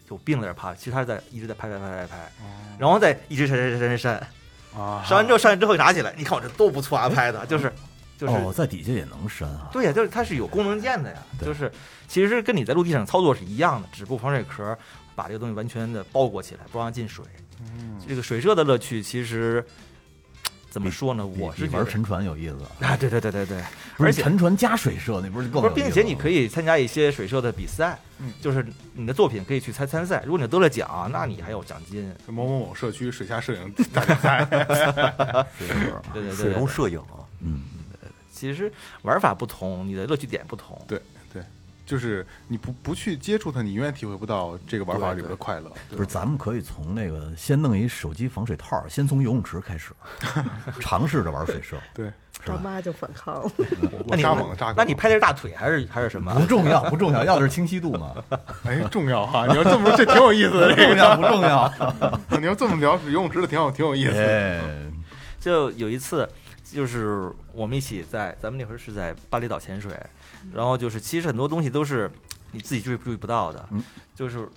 S8: 有病在这儿趴着，其实他是在一直在拍拍拍拍拍，然后再一直扇扇扇扇扇，
S3: 啊，
S8: 扇完之后扇完之后拿起来，你看我这多不错啊，拍的，就是就是。
S5: 哦，在底下也能伸啊。
S8: 对呀，就是它是有功能键的呀，
S5: 对
S8: 就是其实跟你在陆地上操作是一样的，只不过防水壳把这个东西完全的包裹起来，不让它进水。这个水射的乐趣其实怎么说呢？
S5: 比
S8: 我是
S5: 比
S8: 觉
S5: 玩
S8: 得
S5: 沉船有意思，
S8: 啊，对对对对对，
S5: 不是
S8: 而且
S5: 沉船加水射，那不是更
S8: 不
S5: 有
S8: 是，
S5: 意思
S8: 并
S5: 吗？
S8: 且你可以参加一些水射的比赛，就是你的作品可以去参参赛。如果你得了奖，那你还有奖金。
S3: 某某某社区水下摄影大比赛，
S8: 对对对
S7: 水
S8: 对
S7: 中，摄影啊，
S8: 其实玩法不同，你的乐趣点不同。
S3: 对对，就是你不不去接触它，你永远体会不到这个玩法里边的快乐。
S5: 不是，咱们可以从那个先弄一手机防水套，先从游泳池开始，尝试着玩水射，
S3: 对，
S6: 他妈就反抗了。
S8: 那
S3: 我
S8: 你
S3: 扎猛了扎狗
S8: 那你拍的是大腿还是还是什么？
S5: 不重要，不重要，要的是清晰度嘛，
S3: 哎重要哈！你要这么说，这挺有意思的。这
S5: 重要不重要？
S3: 个你要这么聊游泳池的，挺有挺有意思的。
S5: 哎，
S8: 就有一次，就是我们一起在咱们那会儿是在巴厘岛潜水，然后就是其实很多东西都是你自己注意注意不到的，就是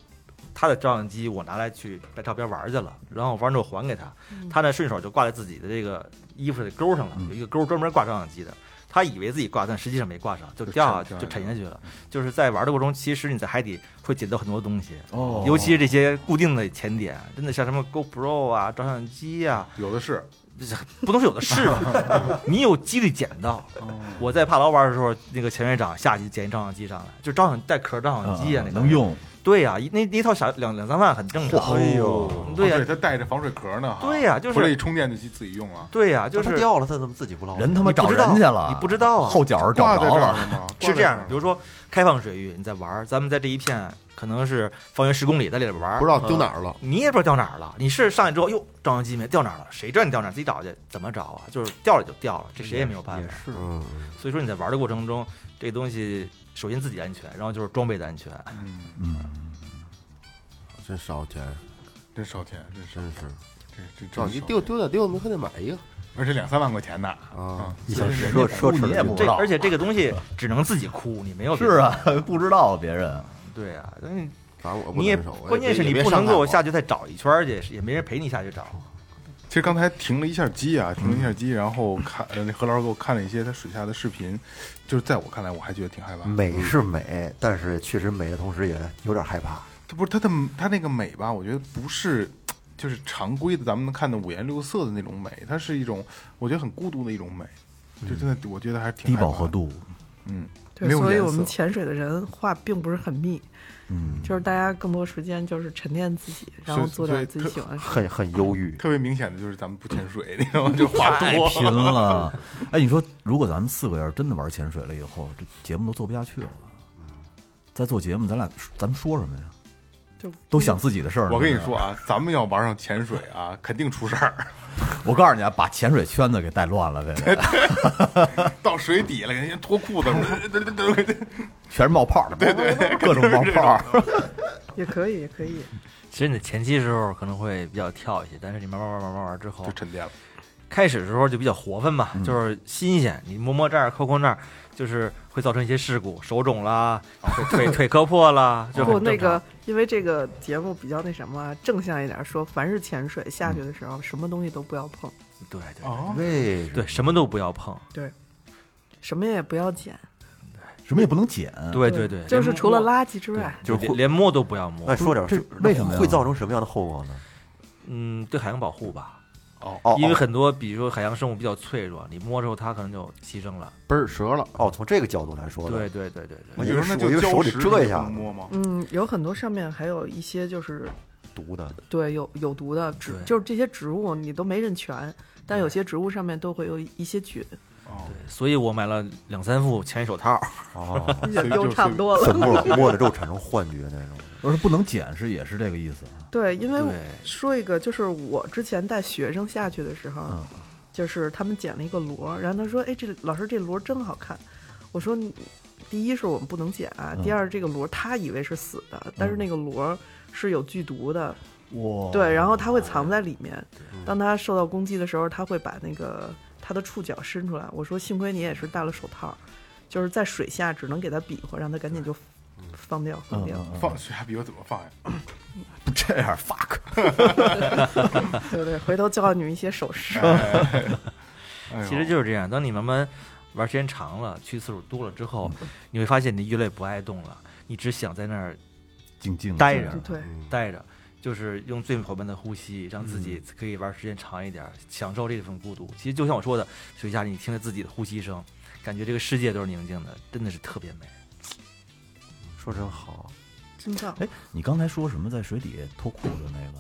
S8: 他的照相机我拿来去拍照片玩儿去了，然后玩完之后还给他，他呢顺手就挂在自己的这个衣服的钩上了，有一个钩专门挂照相机的。他以为自己挂，但实际上没挂上，就掉下
S3: 沉
S8: 就
S3: 沉
S8: 沉下去了。就是在玩的过程中，其实你在海底会捡到很多东西，
S5: 哦
S8: 尤其是这些固定的潜点，真的像什么 GoPro 啊、照相机啊，
S3: 有的是，
S8: 不能是有的是吧？ 你有几率捡到。
S5: 哦
S8: 我在帕劳玩的时候，那个前院长下去捡一照相机上来，就照相带壳照相机啊，那个
S5: 嗯能。用，
S8: 对呀、一那那一套小两两三万很正常。
S7: 哎呦，
S8: 对呀、
S5: 哦
S3: 对，它带着防水壳呢。哈
S8: 对呀就是
S3: 回来一充电就自己用了。
S8: 对呀、就是
S7: 它掉了，它怎么自己不捞？
S5: 人他妈
S8: 你不
S5: 找
S8: 知道啊
S5: 人去了，
S8: 你不知道啊
S5: 后脚找
S3: 挂在
S5: 着
S3: 这儿
S5: 了，
S3: 了吗？
S8: 是这样
S3: 挂在
S8: 的，
S3: 儿
S8: 比如说开放水域，你在玩儿，咱们在这一片可能是方圆十公里在里边玩儿，
S4: 不知道丢哪儿
S3: 啊
S4: 了。
S8: 你也不知道掉哪儿了。你是上去之后，哟，照相机没掉哪儿了？谁知道你掉哪儿？自己找去，怎么找啊？就是掉了就掉了，这谁也没有办法。
S7: 是
S4: 嗯，
S8: 所以说你在玩的过程中，这东西首先自己安全，然后就是装备的安全。
S4: 真烧钱，
S3: 真烧钱，真烧
S4: 真是。
S3: 这这
S4: 照
S3: 真
S4: 你
S3: 烧
S4: 丢丢掉丢了，没还得买一个。
S3: 而且两三万块钱呢。
S4: 啊，
S7: 一小时
S5: 说
S7: 说
S5: 说
S7: 说
S5: 你也不知
S8: 这
S5: 道
S8: 而，且这个东西只能自己哭，你没有别
S5: 是
S8: 人，
S5: 啊， 不知道别人，
S8: 对啊，但是
S4: 反正我不
S8: 你也
S4: 能受
S8: 关键是你不能够下去再找一圈儿去，也没人陪你下去找。
S3: 其实刚才停了一下机
S7: 嗯
S3: 啊，停了一下机，然后看呃那何老师给我看了一些他水下的视频，就是在我看来我还觉得挺害怕的。
S7: 美是美，但是确实美的同时也有点害怕。
S3: 它不是它的它那个美吧？我觉得不是，就是常规的咱们能看的五颜六色的那种美，它是一种我觉得很孤独的一种美，
S7: 嗯
S3: 就真的我觉得还是挺
S5: 低
S3: 害怕
S5: 饱和
S3: 的，
S5: 度，
S3: 嗯，
S6: 对
S3: 没，有
S6: 所以
S3: 颜
S6: 我
S3: 色。
S6: 们潜水的人话并不是很密，
S5: 嗯，
S6: 就是大家更多时间就是沉淀自己，然后
S3: 所
S6: 做
S3: 以所以
S6: 点自己
S3: 特
S6: 喜欢的事。
S7: 很很忧郁，
S3: 特别明显的就是咱们不潜水，你知道吗？就话
S5: 太
S3: 多，
S5: 贫了。哎，你说如果咱们四个人真的玩潜水了以后，这节目都做不下去了。在做节目，咱俩咱们说什么呀？
S6: 就
S5: 都想自己的事
S7: 嗯
S5: 儿。
S3: 我跟你说，啊，咱们要玩上潜水啊，肯定出事儿。
S5: 我告诉你啊，把潜水圈子给带乱了，这 个
S3: 到水底了，给人家脱裤子，
S5: 全是冒泡的，对对，各种冒泡。
S6: 也可以，也可以。
S8: 其实你前期时候可能会比较跳一些，但是你慢慢慢慢慢慢之后
S3: 就，沉淀了。
S8: 开始的时候就比较活泛吧，就是新鲜，你摸摸这儿，抠抠那儿，就是会造成一些事故，手肿啦，腿腿腿磕破啦，就
S6: 不，
S8: 很
S6: 那
S8: 正常
S6: 个，因为这个节目比较那什么，啊正向一点说，凡是潜水下去的时候，什么东西都不要碰，
S8: 对对
S3: 哦，
S7: 为什么
S8: 对，什么都不要碰，
S6: 什么也不要捡，
S5: 什么也不能捡，
S8: 对对对，
S6: 就是除了
S8: 拉，
S6: 垃圾之外，
S7: 就是
S8: 连
S7: 会
S8: 连摸都不要摸
S7: 那，说点
S5: 这
S7: 是
S5: 为什么呀
S7: 会造成什么样的后果呢？
S8: 嗯，对海洋保护吧，
S7: 哦哦，
S8: 因为很多比如说海洋生物比较脆弱，你摸之后它可能就牺牲了，
S4: 嘣儿折了，
S7: 哦，从这个角度来说的，
S8: 对对对对对，
S7: 我
S3: 你
S7: 以
S3: 就
S7: 为
S3: 说
S7: 手
S3: 那
S7: 哦
S3: 就
S7: 我以为
S3: 礁
S7: 手里
S3: 石
S7: 遮一
S3: 那
S7: 下
S3: 能，摸吗？
S6: 嗯，有很多上面还有一些就是
S7: 毒的，
S6: 对有有毒的植
S8: 对，
S6: 就是这些植物你都没认全，但有些植物上面都会有一些 菌，
S3: 哦，
S8: 所以我买了两三副潜水手套，
S7: 哦，
S6: 也都差不多
S7: 怎
S6: 了。
S7: 么摸了之后产生幻觉那种？
S5: 我说不能捡是也是这个意思。啊
S6: 对，因
S7: 哎
S6: 为
S8: 对
S6: 说一个，就是我之前带学生下去的时候，
S5: 嗯
S6: 就是他们捡了一个螺，然后他说：“哎，这老师这螺真好看。”我说你：“第一是我们不能捡啊，
S5: 嗯
S6: 第二这个螺他以为是死的，但是那个螺是有剧毒的，
S5: 哇，嗯
S6: 对，然后它会藏在里面，当它受到攻击的时候，它会把那个它的触角伸出来。我说幸亏你也是戴了手套，就是在水下只能给它比划，让它赶紧就放掉放
S5: 嗯
S6: 掉。
S5: 嗯嗯
S3: 放水下比我怎么放呀？
S5: 不这样 fuck，嗯
S6: 对对，回头教你们一些手势。
S3: 哎呦
S8: 其实就是这样，当你慢慢玩时间长了，去次数多了之后，
S7: 嗯
S8: 你会发现你越来越不爱动了，你只想在那儿
S5: 静静地
S8: 待着
S6: 对，
S8: 待着，就是用最缓慢的呼吸，让自
S7: 嗯
S8: 己可以玩时间长一点，享受这份孤独。其实就像我说的，水下你听着自己的呼吸声，感觉这个世界都是宁静的，真的是特别美。
S7: 说真好，
S6: 真棒。
S5: 哎，你刚才说什么在水底脱裤子那个？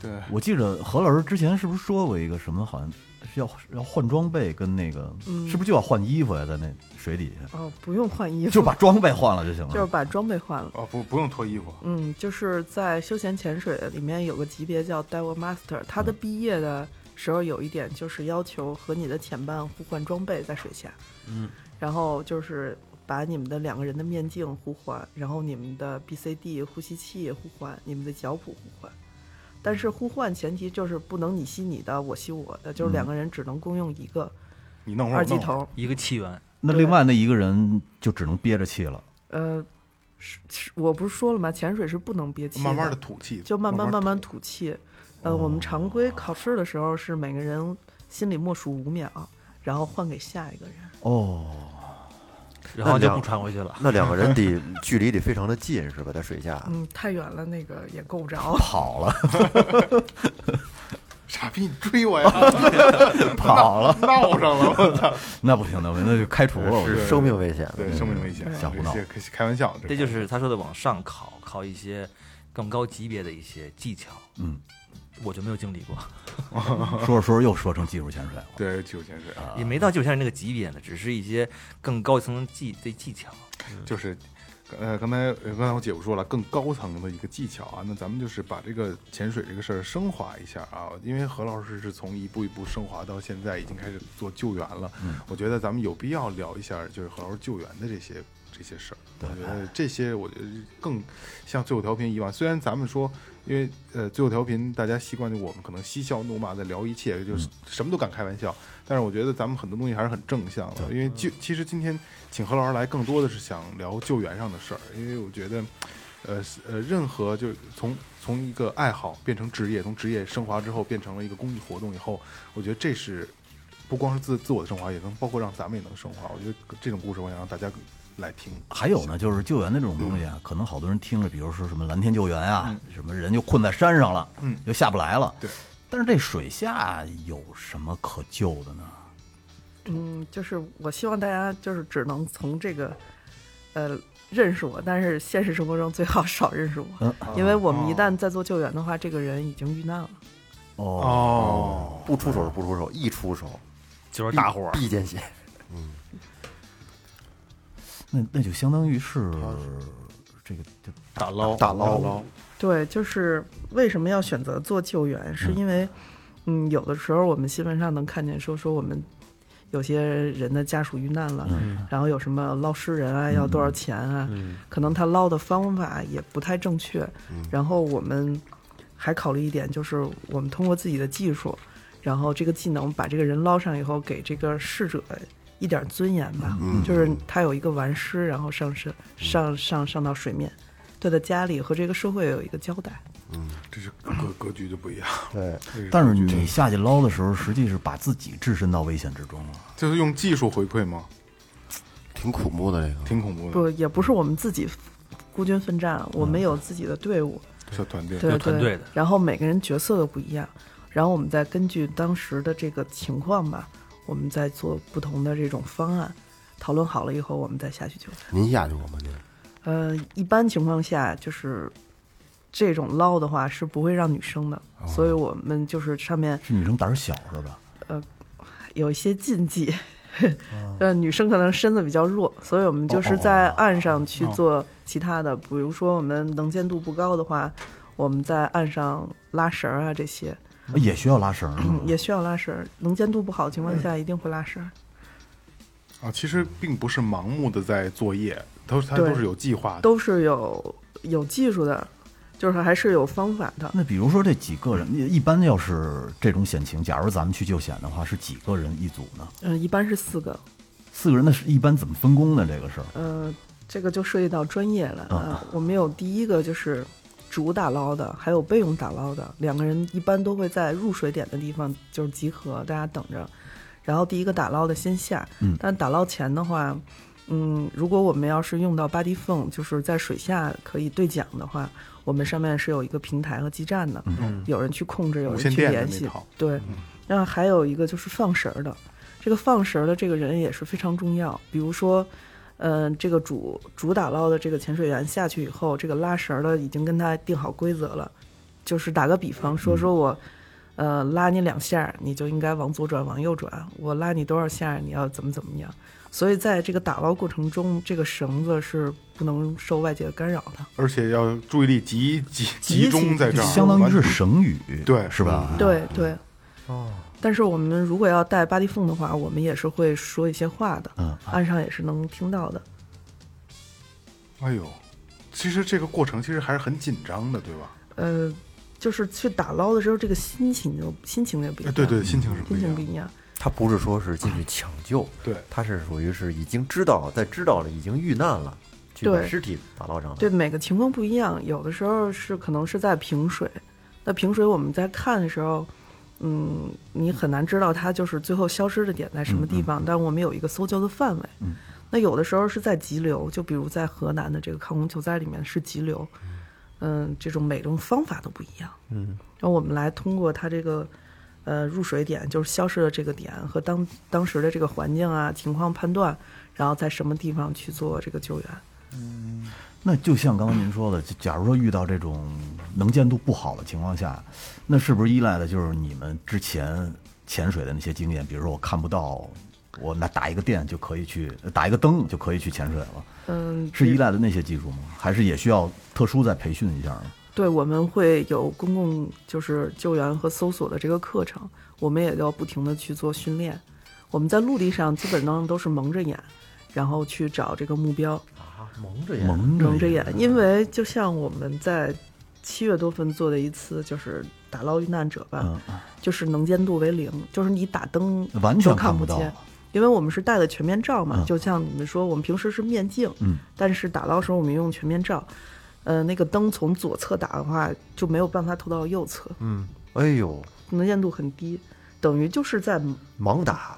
S3: 对，
S5: 我记着何老师之前是不是说过一个什么，好像是要要换装备跟那个，
S6: 嗯
S5: 是不是就要换衣服呀、在那水底下
S6: 哦，不用换衣服，
S5: 就啊把装备换了就行了。
S6: 就是把装备换了。
S3: 哦不不用脱衣服，
S6: 嗯，就是在休闲潜水里面有个级别叫 Diver Master，它
S5: 嗯
S6: 的毕业的时候有一点就是要求和你的潜伴互换装备在水下，
S8: 嗯，
S6: 然后就是把你们的两个人的面镜互换，然后你们的 BCD 呼吸器互换，你们的脚蹼互换。但是互换前提就是不能你吸你的，我吸我的，
S5: 嗯
S6: 就是两个人只能共用一个
S3: 你弄会儿
S6: 二
S3: 我
S6: 级
S3: 弄会儿。
S6: 头。
S8: 一个气源，
S5: 那
S6: 对
S5: 另外那一个人就只能憋着气了。
S6: 呃，是是，我不是说了吗？潜水是不能憋气
S3: 慢慢的吐气，
S6: 就慢慢
S3: 慢
S6: 慢慢
S3: 吐。
S6: 吐气。呃，我们常规考试的时候是每个人心里默数五秒，然后换给下一个人。
S5: 哦，
S8: 然后就
S7: 那
S8: 不
S7: 两
S8: 传回去了。
S7: 那两个人得距离得非常的近是吧？在水下，
S6: 嗯，太远了，那个也够不着。
S5: 跑 了，
S3: 傻逼，你追我呀！
S5: 跑了，
S3: 闹上 了，我操！
S5: 那不行，那不行，那就开除了。我觉
S7: 是
S5: 得
S7: 生命危险的。
S3: 对，生命危险，
S5: 吓唬闹
S3: 这是开开玩笑，
S8: 这就是他说的往上考，考一些更高级别的一些技巧。
S5: 嗯，
S8: 我就没有经历过，
S5: 说着说着又说成技术潜水了。
S3: 对技术潜水啊，
S8: 也没到就像那个级别呢，只是一些更高层的技的技巧。
S3: 就是。呃，刚才呃刚才我姐夫说了，更高层的一个技巧啊，那咱们就是把这个潜水这个事儿升华一下啊，因为何老师是从一步一步升华到现在已经开始做救援了，
S8: 嗯
S3: 我觉得咱们有必要聊一下就是何老师救援的这些这些事儿，我觉得这些我觉得更像最后调频以往，虽然咱们说因为呃，最后调频大家习惯就我们可能嬉笑怒骂在聊一切，就是什么都敢开玩笑。但是我觉得咱们很多东西还是很正向的，因为就其实今天请何老师来，更多的是想聊救援上的事儿，因为我觉得。呃是呃，任何就是从从一个爱好变成职业，从职业升华之后变成了一个公益活动以后，我觉得这是不光是自自我的升华，也能包括让咱们也能升华。我觉得这种故事，我想让大家来听。
S5: 还有呢，就是救援的这种东西啊，可能好多人听着，比如说什么蓝天救援啊，什么人就困在山上了，
S3: 嗯
S5: 又下不来了。
S3: 对，
S5: 但是这水下有什么可救的呢？
S6: 嗯，就是我希望大家就是只能从这个，呃，认识我，但是现实生活中最好少认识我，
S5: 嗯
S6: 因为我们一旦在做救援的话，这个人已经遇难了。
S5: 哦，
S3: 哦，
S7: 不出手是不出手，一出手
S8: 就是大伙儿
S7: 必 见血。
S5: 那那就相当于是这个就
S3: 打捞
S7: 打捞
S3: 捞，
S6: 对，就是为什么要选择做救援，是因为，嗯，有的时候我们新闻上能看见说说我们有些人的家属遇难了，然后有什么捞尸人啊，要多少钱啊，可能他捞的方法也不太正确，然后我们还考虑一点，就是我们通过自己的技术，然后这个技能把这个人捞上以后，给这个逝者。一点尊严吧，
S8: 嗯
S6: 就是他有一个完尸，然后上身上上上到水面，对他家里和这个社会有一个交代。
S3: 这是格格局就不一样。
S7: 对，
S5: 但是你下去捞的时候，实际是把自己置身到危险之中了。
S3: 就是用技术回馈吗？
S4: 挺恐怖的这个。
S3: 挺恐怖的，
S6: 不，也不是我们自己孤军奋战，我们有自己的队伍，
S3: 小团队。
S6: 对
S8: 有团队的
S6: 然后每个人角色都不一样，然后我们再根据当时的这个情况吧，我们再做不同的这种方案，讨论好了以后，我们再下去救援。
S4: 您下去过吗？您
S8: 嗯
S6: 呃，一般情况下就是这种捞的话是不会让女生的，
S8: 哦
S6: 所以我们就是上面
S5: 是女生胆儿小是吧？
S6: 有一些禁忌。 呃，女生可能身子比较弱，所以我们就是在岸上去做其他的，比如说我们能见度不高的话，我们在岸上拉绳儿啊这些，
S5: 也需要拉绳儿吗
S6: 嗯，也需要拉绳儿。能见度不好的情况下，一定会拉绳儿。
S3: 啊，其实并不是盲目的在作业，都是它
S6: 对
S3: 都是有计划的。
S6: 都是有有技术的，就是还是有方法的。
S5: 那比如说这几个人，一般要是这种险情，假如咱们去救险的话，是几个人一组呢？
S6: 嗯，一般是四个。
S5: 四个人的是一般怎么分工呢？这个事儿，
S6: 呃，这个就涉及到专业了。
S5: 嗯
S6: 呃，我们有第一个就是主打捞的，还有备用打捞的，两个人一般都会在入水点的地方就是集合，大家等着。然后第一个打捞的先下，
S5: 嗯
S6: 但打捞前的话，嗯，如果我们要是用到八 D 缝，就是在水下可以对讲的话，我们上面是有一个平台和基站的，有人去控制，有
S3: 哦无
S6: 人
S3: 线
S6: 去
S3: 电的
S6: 联
S3: 那
S6: 系
S3: 套，嗯
S6: 对。那还有一个就是放绳儿的，这个放绳儿的这个人也是非常重要。比如说，嗯、这个主主打捞的这个潜水员下去以后，这个拉绳儿的已经跟他定好规则了，就是打个比方说，说我，呃，拉你两下儿，你就应该往左转，往右转；我拉你多少下儿，你要怎么怎么样。所以在这个打捞过程中，这个绳子是不能受外界的干扰的。
S3: 而且要注意力集集集
S6: 集
S3: 中在这儿，
S5: 相当于是绳语，
S3: 对
S5: 是吧？
S6: 对对。哦。但是我们如果要带巴蒂凤的话，我们也是会说一些话的，
S5: 嗯
S6: 岸上也是能听到的。
S3: 哎呦，其实这个过程其实还是很紧张的，对吧？
S6: 呃，就是去打捞的时候，这个心情就心情也不一
S3: 哎，
S6: 样，
S3: 对对，，心情是不
S6: 心
S3: 一样啊
S6: 情不
S3: 的。
S6: 一样。
S7: 他不是说是进去抢救，
S3: 对，
S7: 他是属于是已经知道，在知道了已经遇难了，去把
S6: 对
S7: 尸体打捞上来。
S6: 对，每个情况不一样，有的时候是可能是在平水，那平水我们在看的时候，嗯，你很难知道它就是最后消失的点在什
S3: 嗯
S6: 么地方，但我们有一个搜救的范围。那有的时候是在急流，就比如在河南的这个抗洪救灾里面是急流，嗯，这种每种方法都不一样。嗯，然后我们来通过它这个。呃，入水点就是消失的这个点和当当时的这个环境啊情况判断，然后在什么地方去做这个救援。
S5: 那就像刚才您说的，就假如说遇到这种能见度不好的情况下，那是不是依赖的就是你们之前潜水的那些经验？比如说我看不到，我那打一个电就可以去，呃打一个灯就可以去潜水了，
S6: 嗯，
S5: 是依赖的那些技术吗？还是也需要特殊再培训一下呢？
S6: 对，我们会有公共就是救援和搜索的这个课程，我们也要不停的去做训练。我们在陆地上基本上都是蒙着眼，然后去找这个目标，
S7: 啊，蒙着眼，
S5: 蒙着
S6: 蒙着眼，因为就像我们在七月多份做的一次就是打捞遇难者吧，
S7: 啊
S5: 嗯，
S6: 就是能见度为零，就是你打灯
S5: 完全
S6: 都看
S5: 不
S6: 不
S5: 到。
S6: 见。因为我们是戴的全面罩嘛，
S5: 嗯
S6: 就像你们说，我们平时是面镜，
S5: 嗯
S6: 但是打捞时候我们用全面罩，呃，那个灯从左侧打的话就没有办法透到右侧，
S7: 嗯，哎呦，
S6: 能见度很低，等于就是在
S7: 盲打，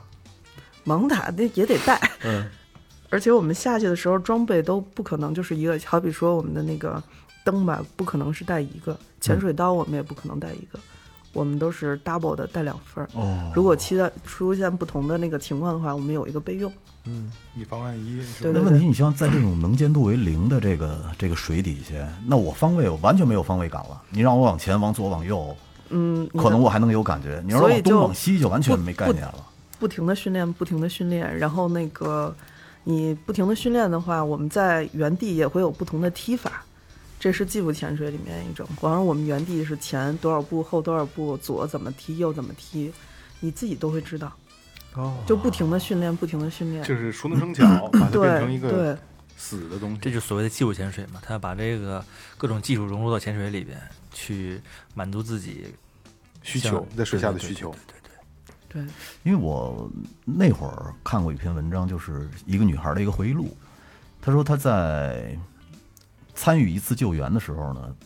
S6: 盲打，那也得戴。
S7: 嗯，
S6: 而且我们下去的时候装备都不可能就是一个，好比说我们的那个灯吧，不可能是带一个，
S5: 嗯
S6: 潜水刀我们也不可能带一个，我们都是 double 的带两份儿。
S5: 哦，
S6: 如果期待出现不同的那个情况的话，我们有一个备用。
S3: 以防万一是吧
S6: 对
S5: 那
S6: 对
S5: 问
S6: 对
S5: 题，你像在这种能见度为零的这个这个水底下，那我方位我完全没有方位感了。你让我往前、往左、往右，
S6: 嗯，你
S5: 可能
S6: 看
S5: 我还能有感觉。你让我
S6: 所以
S5: 往东、
S6: 就
S5: 往西，就完全
S6: 不
S5: 没概
S6: 不
S5: 念了。
S6: 不停的训练，不停的训练，然后那个你不停的训练的话，我们在原地也会有不同的踢法，这是技术潜水里面一种。好像我们原地是前多少步，后多少步，左怎么踢，右怎么踢，你自己都会知道。
S3: 哦，
S6: 就不停的训练，不停的训练，
S3: 就是熟能生巧，把它
S6: 对
S3: 变成一个
S6: 对
S3: 死的东西。
S8: 这就是所谓的技术潜水嘛，他把这个各种技术融入到潜水里边，去满足自己
S3: 需
S8: 像
S3: 求在水下的
S8: 对对
S3: 需
S8: 对
S3: 求
S8: 对对对
S6: 对，
S5: 因为我那会儿看过一篇文章，就是一个女孩的一个回忆录，她说她在参与一次救援的时候呢，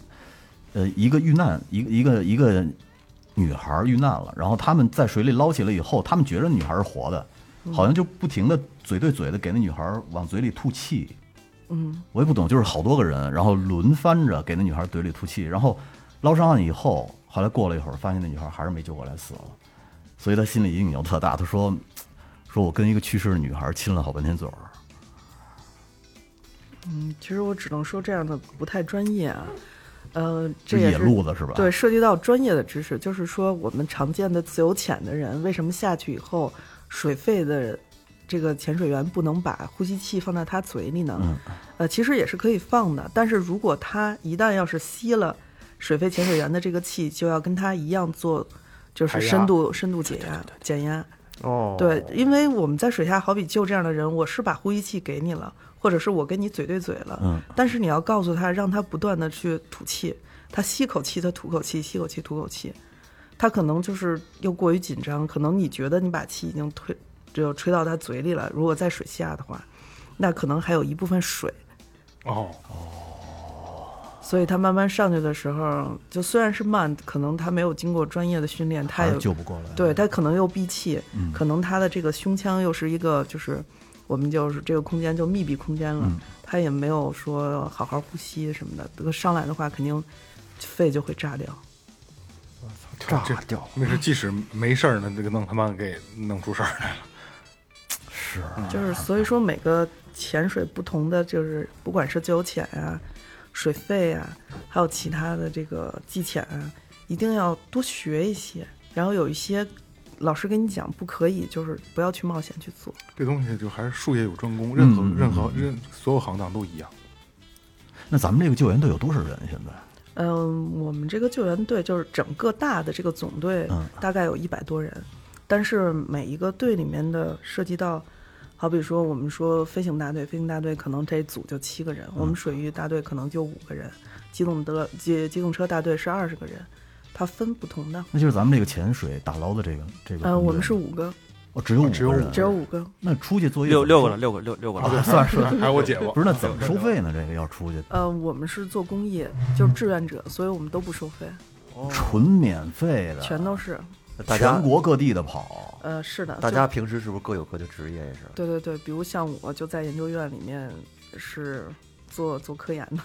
S5: 呃，一个遇难，一个一个一个女孩遇难了，然后他们在水里捞起来以后，他们觉得女孩是活的，好像就不停的嘴对嘴的给那女孩往嘴里吐气，
S6: 嗯，
S5: 我也不懂，就是好多个人，然后轮番着给那女孩嘴里吐气，然后捞上岸以后，后来过了一会儿，发现那女孩还是没救过来，死了，所以她心里阴影又特大。她说：“说我跟一个去世的女孩亲了好半天嘴儿。
S6: 嗯，其实我只能说这样的不太专业啊，呃，”这
S5: 是
S6: 也
S5: 野
S6: 是
S5: 路子是吧？
S6: 对，，涉及到专业的知识，就是说我们常见的自由潜的人，为什么下去以后水肺的这个潜水员不能把呼吸器放在他嘴里呢？
S5: 嗯
S6: 呃，其实也是可以放的，但是如果他一旦要是吸了水肺潜水员的这个气，就要跟他一样做，就是
S3: 排压
S6: 深度深度解压减压。
S7: 哦，
S6: 对，因为我们在水下，好比救这样的人，我是把呼吸器给你了，或者是我跟你嘴对嘴了，
S5: 嗯
S6: 但是你要告诉他，让他不断的去吐气，他吸口气，他吐口气，吸口气，吐口气，他可能就是又过于紧张，可能你觉得你把气已经推，就吹到他嘴里了。如果在水下的话，那可能还有一部分水，
S3: 哦，
S6: 所以他慢慢上去的时候，就虽然是慢，可能他没有经过专业的训练，他
S5: 还
S6: 也
S5: 是啊救不过来。嗯
S6: 对，他可能又闭气，可能他的这个胸腔又是一个就是我们就是这个空间就密闭空间了，
S5: 嗯
S6: 他也没有说好好呼吸什么的，这个上来的话肯定肺就会炸掉。
S3: 炸掉！那是即使没事儿呢，这个弄他妈给弄出事儿来了。
S5: 是
S6: 就是所以说每个潜水不同的，就是不管是自由潜啊、水肺啊，还有其他的这个技潜啊，一定要多学一些，然后有一些。老师跟你讲，不可以，就是不要去冒险去做。
S3: 这东西就还是术业有专攻，任何
S5: 嗯嗯
S3: 任何
S5: 嗯
S3: 任所有行当都一样。
S5: 那咱们这个救援队有多少人？现在
S6: 嗯，我们这个救援队就是整个大的这个总队
S5: 嗯，
S6: 大概有一百多人，但是每一个队里面的涉及到，好比说我们说飞行大队，飞行大队可能这组就七个人，
S7: 嗯
S6: 我们水域大队可能就五个人，机动的机机动车大队是二十个人，它分不同的。
S5: 那就是咱们这个潜水打捞的这个这
S7: 嗯
S5: 个。
S6: 呃，我们是五个，
S5: 哦，只有五
S3: 只有
S5: 个人，
S6: 只有五个，
S5: 那出去作业
S8: 六
S5: 怎么
S8: 六个了，六个六六个 了，
S3: 算是还有我姐夫
S5: 收，啊不是，那怎么收费呢？这个要出去
S6: 呃，我们是做公益，就是志愿者，所以我们都不收费，
S5: 纯免费
S7: 嗯
S5: 的，
S6: 哦全都是，
S7: 大家
S5: 全国各地的跑。
S6: 呃，是的，
S7: 大
S6: 就
S7: 家平时是不是各有各的职业也是？
S6: 对对对，比如像我就在研究院里面是做做科研的，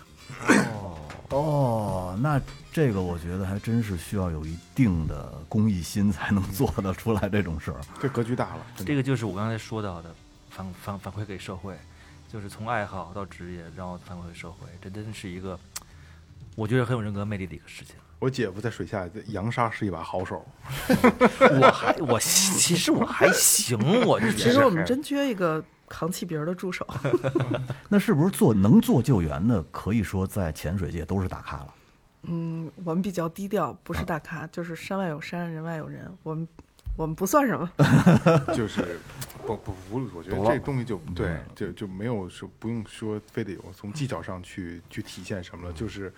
S5: 哦，那这个我觉得还真是需要有一定的公益心才能做得出来这种事儿。
S3: 这格局大了。真的
S8: 这个就是我刚才说到的反反反馈给社会，就是从爱好到职业，然后反馈给社会，这真是一个我觉得很有人格魅力的一个事情。
S3: 我姐夫在水下扬沙是一把好手，
S8: 我还我其实我还行，我觉得
S6: 其实我们真缺一个扛起别人的助手。
S5: 那是不是做能做救援的，可以说在潜水界都是大咖了？
S6: 嗯，我们比较低调，不是大咖，就是山外有山，人外有人，我们我们不算什么。
S3: 就是不不无，我觉得
S4: 懂了
S3: 这东西
S5: 嗯
S3: 就对，就就没有说不用说非得有从技巧上去去体现什么了，就是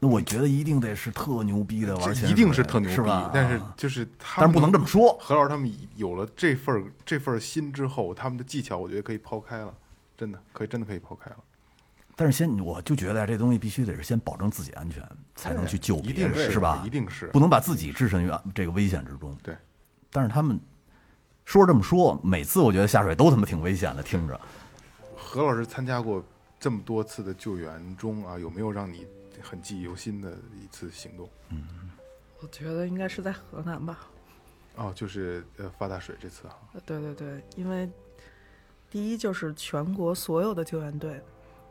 S5: 那我觉得一定得是特牛逼的玩
S3: 这
S5: 潜水，
S3: 一定是特牛
S5: 是
S3: 逼
S5: 吧？，
S3: 但是就是他
S5: 但
S3: 们
S5: 是不能这么说，
S3: 何老师他们有了这份儿这份儿心之后，他们的技巧我觉得可以抛开了，真的可以真的可以抛开了。
S5: 但是先，我就觉得呀这东西必须得是先保证自己安全，才能去救
S3: 一
S5: 别
S3: 定
S5: 人，是吧？
S3: 一定是
S5: 不能把自己置身于啊这个危险之中。
S3: 对，
S5: 但是他们说是这么说，每次我觉得下水都他妈挺危险的，听着。
S3: 何老师参加过这么多次的救援中啊，有没有让你很记忆犹新的一次行动？
S6: 我觉得应该是在河南吧。
S3: 哦，就是呃发大水这次啊，
S6: 呃对对对，因为第一就是全国所有的救援队，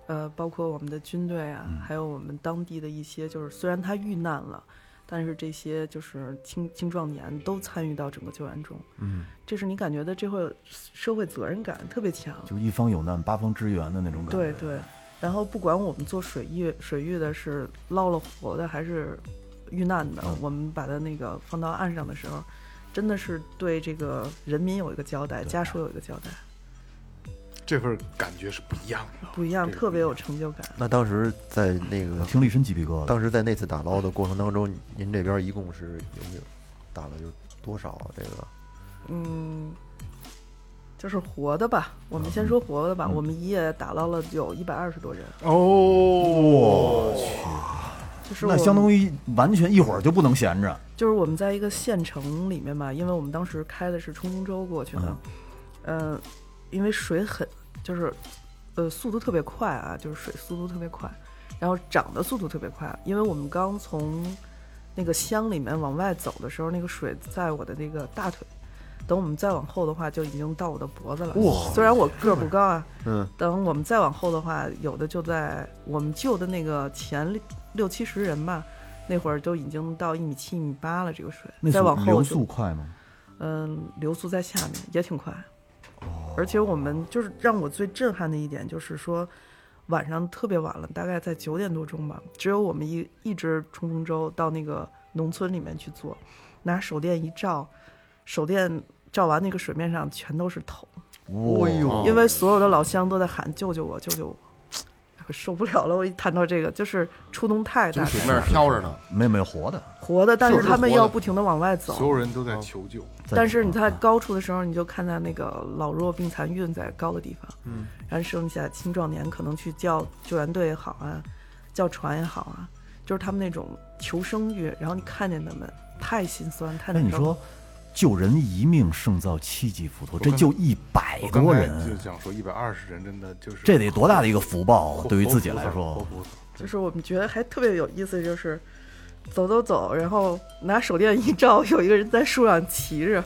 S6: 呃，包括我们的军队啊，还有我们当地的一些，就是虽然他遇难了，但是这些就是青青壮年都参与到整个救援中。嗯，这是你感觉的这会有社会责任感特别强。
S5: 就一方有难八方支援的那种感觉。
S6: 对对，然后不管我们做水域，水域的是捞了活的还是遇难的，
S5: 嗯
S6: 我们把它那个放到岸上的时候，真的是对这个人民有一个交代，家属有一个交代，
S3: 这份感觉是不一样的。
S6: 不一样，
S3: 这个
S6: 特别有成就感。
S7: 那当时在那个，
S5: 听了一身鸡皮疙瘩。
S7: 当时在那次打捞的过程当中，您这边一共是有没有打了有多少啊？这个
S6: 嗯，就是活的吧，我们
S5: 嗯
S6: 先说活的吧，我们一夜打捞了有一百二十多人，
S3: 哦，
S6: 就是
S5: 那
S6: 我
S5: 相
S6: 们
S5: 当于完全一会儿就不能闲着，
S6: 就是我们在一个县城里面嘛，因为我们当时开的是冲锋舟过去
S5: 嗯
S6: 的，呃，因为水很就是呃速度特别快啊，就是水速度特别快，然后涨的速度特别快，因为我们刚从那个乡里面往外走的时候，那个水在我的那个大腿。等我们再往后的话，就已经到我的脖子了。虽然我个儿不高啊，
S7: 嗯，
S6: 等我们再往后的话，有的就在我们救的那个前六六七十人吧，那会儿都已经到一米七、一米八了，这个水
S5: 那
S6: 再往后就
S5: 流速快吗？
S6: 嗯，流速在下面也挺快。而且我们就是让我最震撼的一点就是说，晚上特别晚了，大概在九点多钟吧，只有我们一一直冲锋舟到那个农村里面去做，拿手电一照，手电照完那个水面上全都是头，
S5: 哇
S6: 因为所有的老乡都在喊救救我，救救我。我受哎不了了！我一谈到这个，就是触动太
S4: 从
S6: 大了，
S4: 水面飘着呢，
S5: 没有没有活的，
S6: 活的，但是
S4: 就是
S6: 他们
S4: 活的
S6: 要不停的往外走，
S3: 所有人都在求救，
S5: 在
S6: 但是你在高处的时候，你就看到那个老弱病残孕在高的地方，嗯，然后剩下青壮年可能去叫救援队也好啊，叫船也好啊，就是他们那种求生欲，然后你看见他们太心酸，太
S5: 那
S6: 难受。
S5: 哎你说，救人一命胜造七级浮屠，这
S3: 刚
S5: 就一百
S3: 我刚
S5: 多
S3: 才就
S5: 人，
S3: 想说一百二十人真的就是
S5: 这得多大的一个福报
S3: 活
S5: 啊！对于
S3: 活
S5: 自己
S3: 菩萨
S5: 来
S3: 活
S5: 说，
S3: 菩萨
S6: 就是我们觉得还特别有意思，就是走走走，然后拿手电一照，有一个人在树上骑着。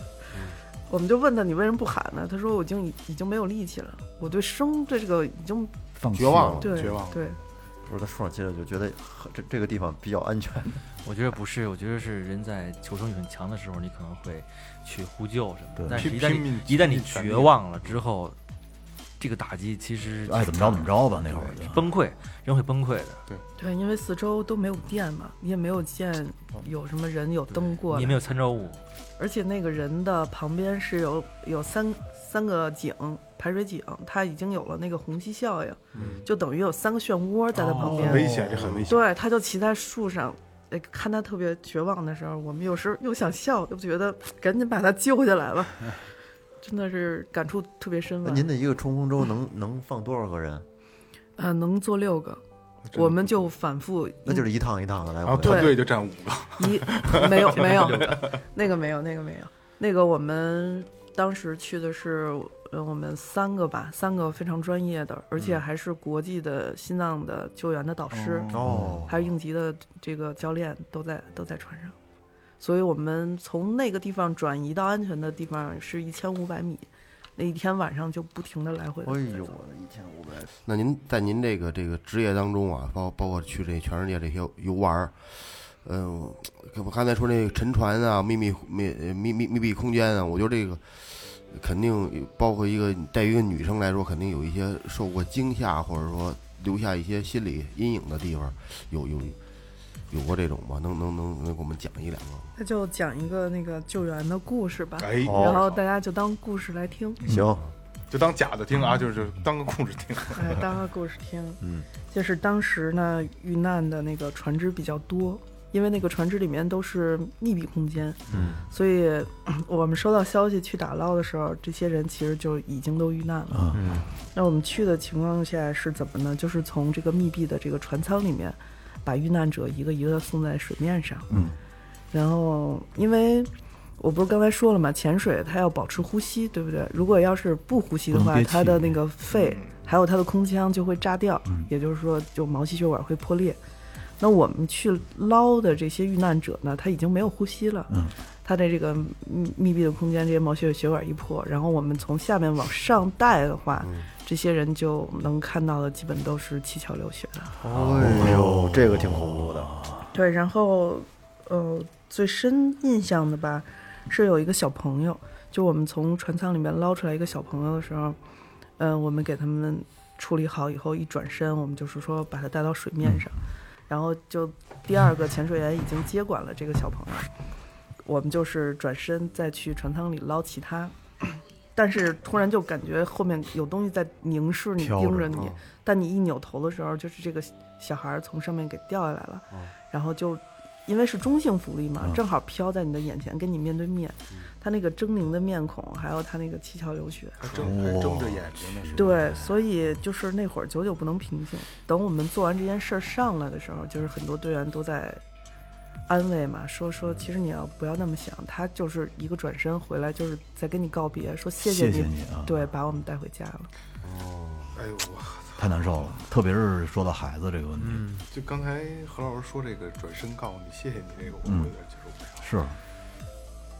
S6: 我们就问他你为什么不喊呢？他说我已经已经没有力气了，我对生对这个已经
S5: 放弃
S4: 绝望了
S6: 对
S3: 绝望了
S6: 对
S7: 不是在树上接着就觉得呵这这个地方比较安全，
S8: 我觉得不是，我觉得是人在求生欲很强的时候，你可能会去呼救什么
S5: 对
S8: 的。但是，
S3: 拼
S8: 一旦
S3: 拼
S8: 你
S3: 命
S8: 一旦你
S3: 拼命闪
S8: 绝
S3: 避
S8: 望了之后，这个打击其实
S6: 哎
S5: 爱哎怎么着怎么着吧，那会儿
S8: 对
S5: 就
S8: 崩溃，人会崩溃的。
S6: 对，因为四周都没有电嘛，你也没有见
S7: 哦
S6: 有什么人有灯过来，
S8: 你也没有参照物，
S6: 而且那个人的旁边是有有三三个井，排水井，它已经有了那个虹吸效应，
S7: 嗯
S6: 就等于有三个漩涡在它旁边。
S3: 很哦危险，这很危险。
S6: 对，他就骑在树上，哎看他特别绝望的时候，我们有时候又想笑，又觉得赶紧把他救 下来吧，真的是感触特别深
S7: 那
S6: 吧。
S7: 您的一个冲锋舟能能放多少个人？
S6: 啊，能坐六个，
S3: 真的
S6: 我们就反复一，
S7: 那就是一趟一趟的来
S3: 然后
S7: 回。
S3: 团
S6: 对
S3: 队就占五个，
S6: 一没 有没有，那个没有那个没有，那个我们当时去的是呃我们三个吧，三个非常专业的，而且
S7: 嗯
S6: 还是国际的心脏的救援的导师，
S7: 哦，
S6: 还有应急的这个教练都在都在船上，所以我们从那个地方转移到安全的地方是一千五百米，那一天晚上就不停的来回地
S7: 哎
S6: 在
S7: 呦，
S6: 走
S7: 我的一千五百！
S4: 那您在您这个这个职业当中啊，包包括去这全世界这些游玩儿，嗯，我刚才说那个沉船啊、秘密密密密密闭空间啊，我觉得这个肯定包括一个对于一个女生来说，肯定有一些受过惊吓或者说留下一些心理阴影的地方，有有有过这种吗？能能能能给我们讲一两个吗？
S6: 那就讲一个那个救援的故事吧，
S3: 哎，
S5: 哦
S6: 然后大家就当故事来听，
S7: 行，
S3: 就当假的听啊，就是就是当个故事听。
S6: 哎，当个故事听。嗯， 就是当时呢，遇难的那个船只比较多，因为那个船只里面都是密闭空间，嗯，所以 嗯我们收到消息去打捞的时候，这些人其实就已经都遇难了。嗯，那我们去的情况下是怎么呢？就是从这个密闭的这个船舱里面，把遇难者一个一个送在水面上。嗯，然后因为。我不是刚才说了嘛，潜水它要保持呼吸，对不对？如果要是不呼吸的
S5: 不能
S6: 话，
S5: 憋气嗯
S6: 它的那个肺还有它的空腔就会炸掉，也就是说，就毛细血管会破裂。那我们去捞的这些遇难者呢，他已经没有呼吸了，
S5: 嗯
S6: 他的这个密密闭的空间，这些毛细血管一破，然后我们从下面往上带的话，这些人就能看到的基本都是七窍流血的。
S7: 哎呦，这个挺恐怖的，
S6: 对，然后呃，最深印象的吧，是有一个小朋友，就我们从船舱里面捞出来一个小朋友的时候，嗯、我们给他们处理好以后，一转身，我们就是说把他带到水面上，然后就第二个潜水员已经接管了这个小朋友，我们就是转身再去船舱里捞其他。 但是突然就感觉后面有东西在凝视你、盯着你，但你一扭头的时候，就是这个小孩儿从上面给掉下来了，然后就因为是中性浮力嘛，正好飘在你的眼前，跟你面对面，他那个狰狞的面孔，还有他那个七窍流血，
S3: 还睁还睁着眼睛呢，是吧
S6: 对，所以就是那会儿久久不能平静。等我们做完这件事儿上来的时候，就是很多队员都在安慰嘛，说
S5: 嗯
S6: 说其实你要不要那么想，他就是一个转身回来，就是在跟你告别，说谢
S5: 谢
S6: 你，
S5: 谢你啊，
S6: 对，把我们带回家了。
S3: 哎呦我。
S5: 太难受了，特别是说到孩子这个问题，
S3: 就刚才何老师说这个转身告诉你，谢谢你这个，
S5: 嗯
S3: 我有点接受不了。
S5: 是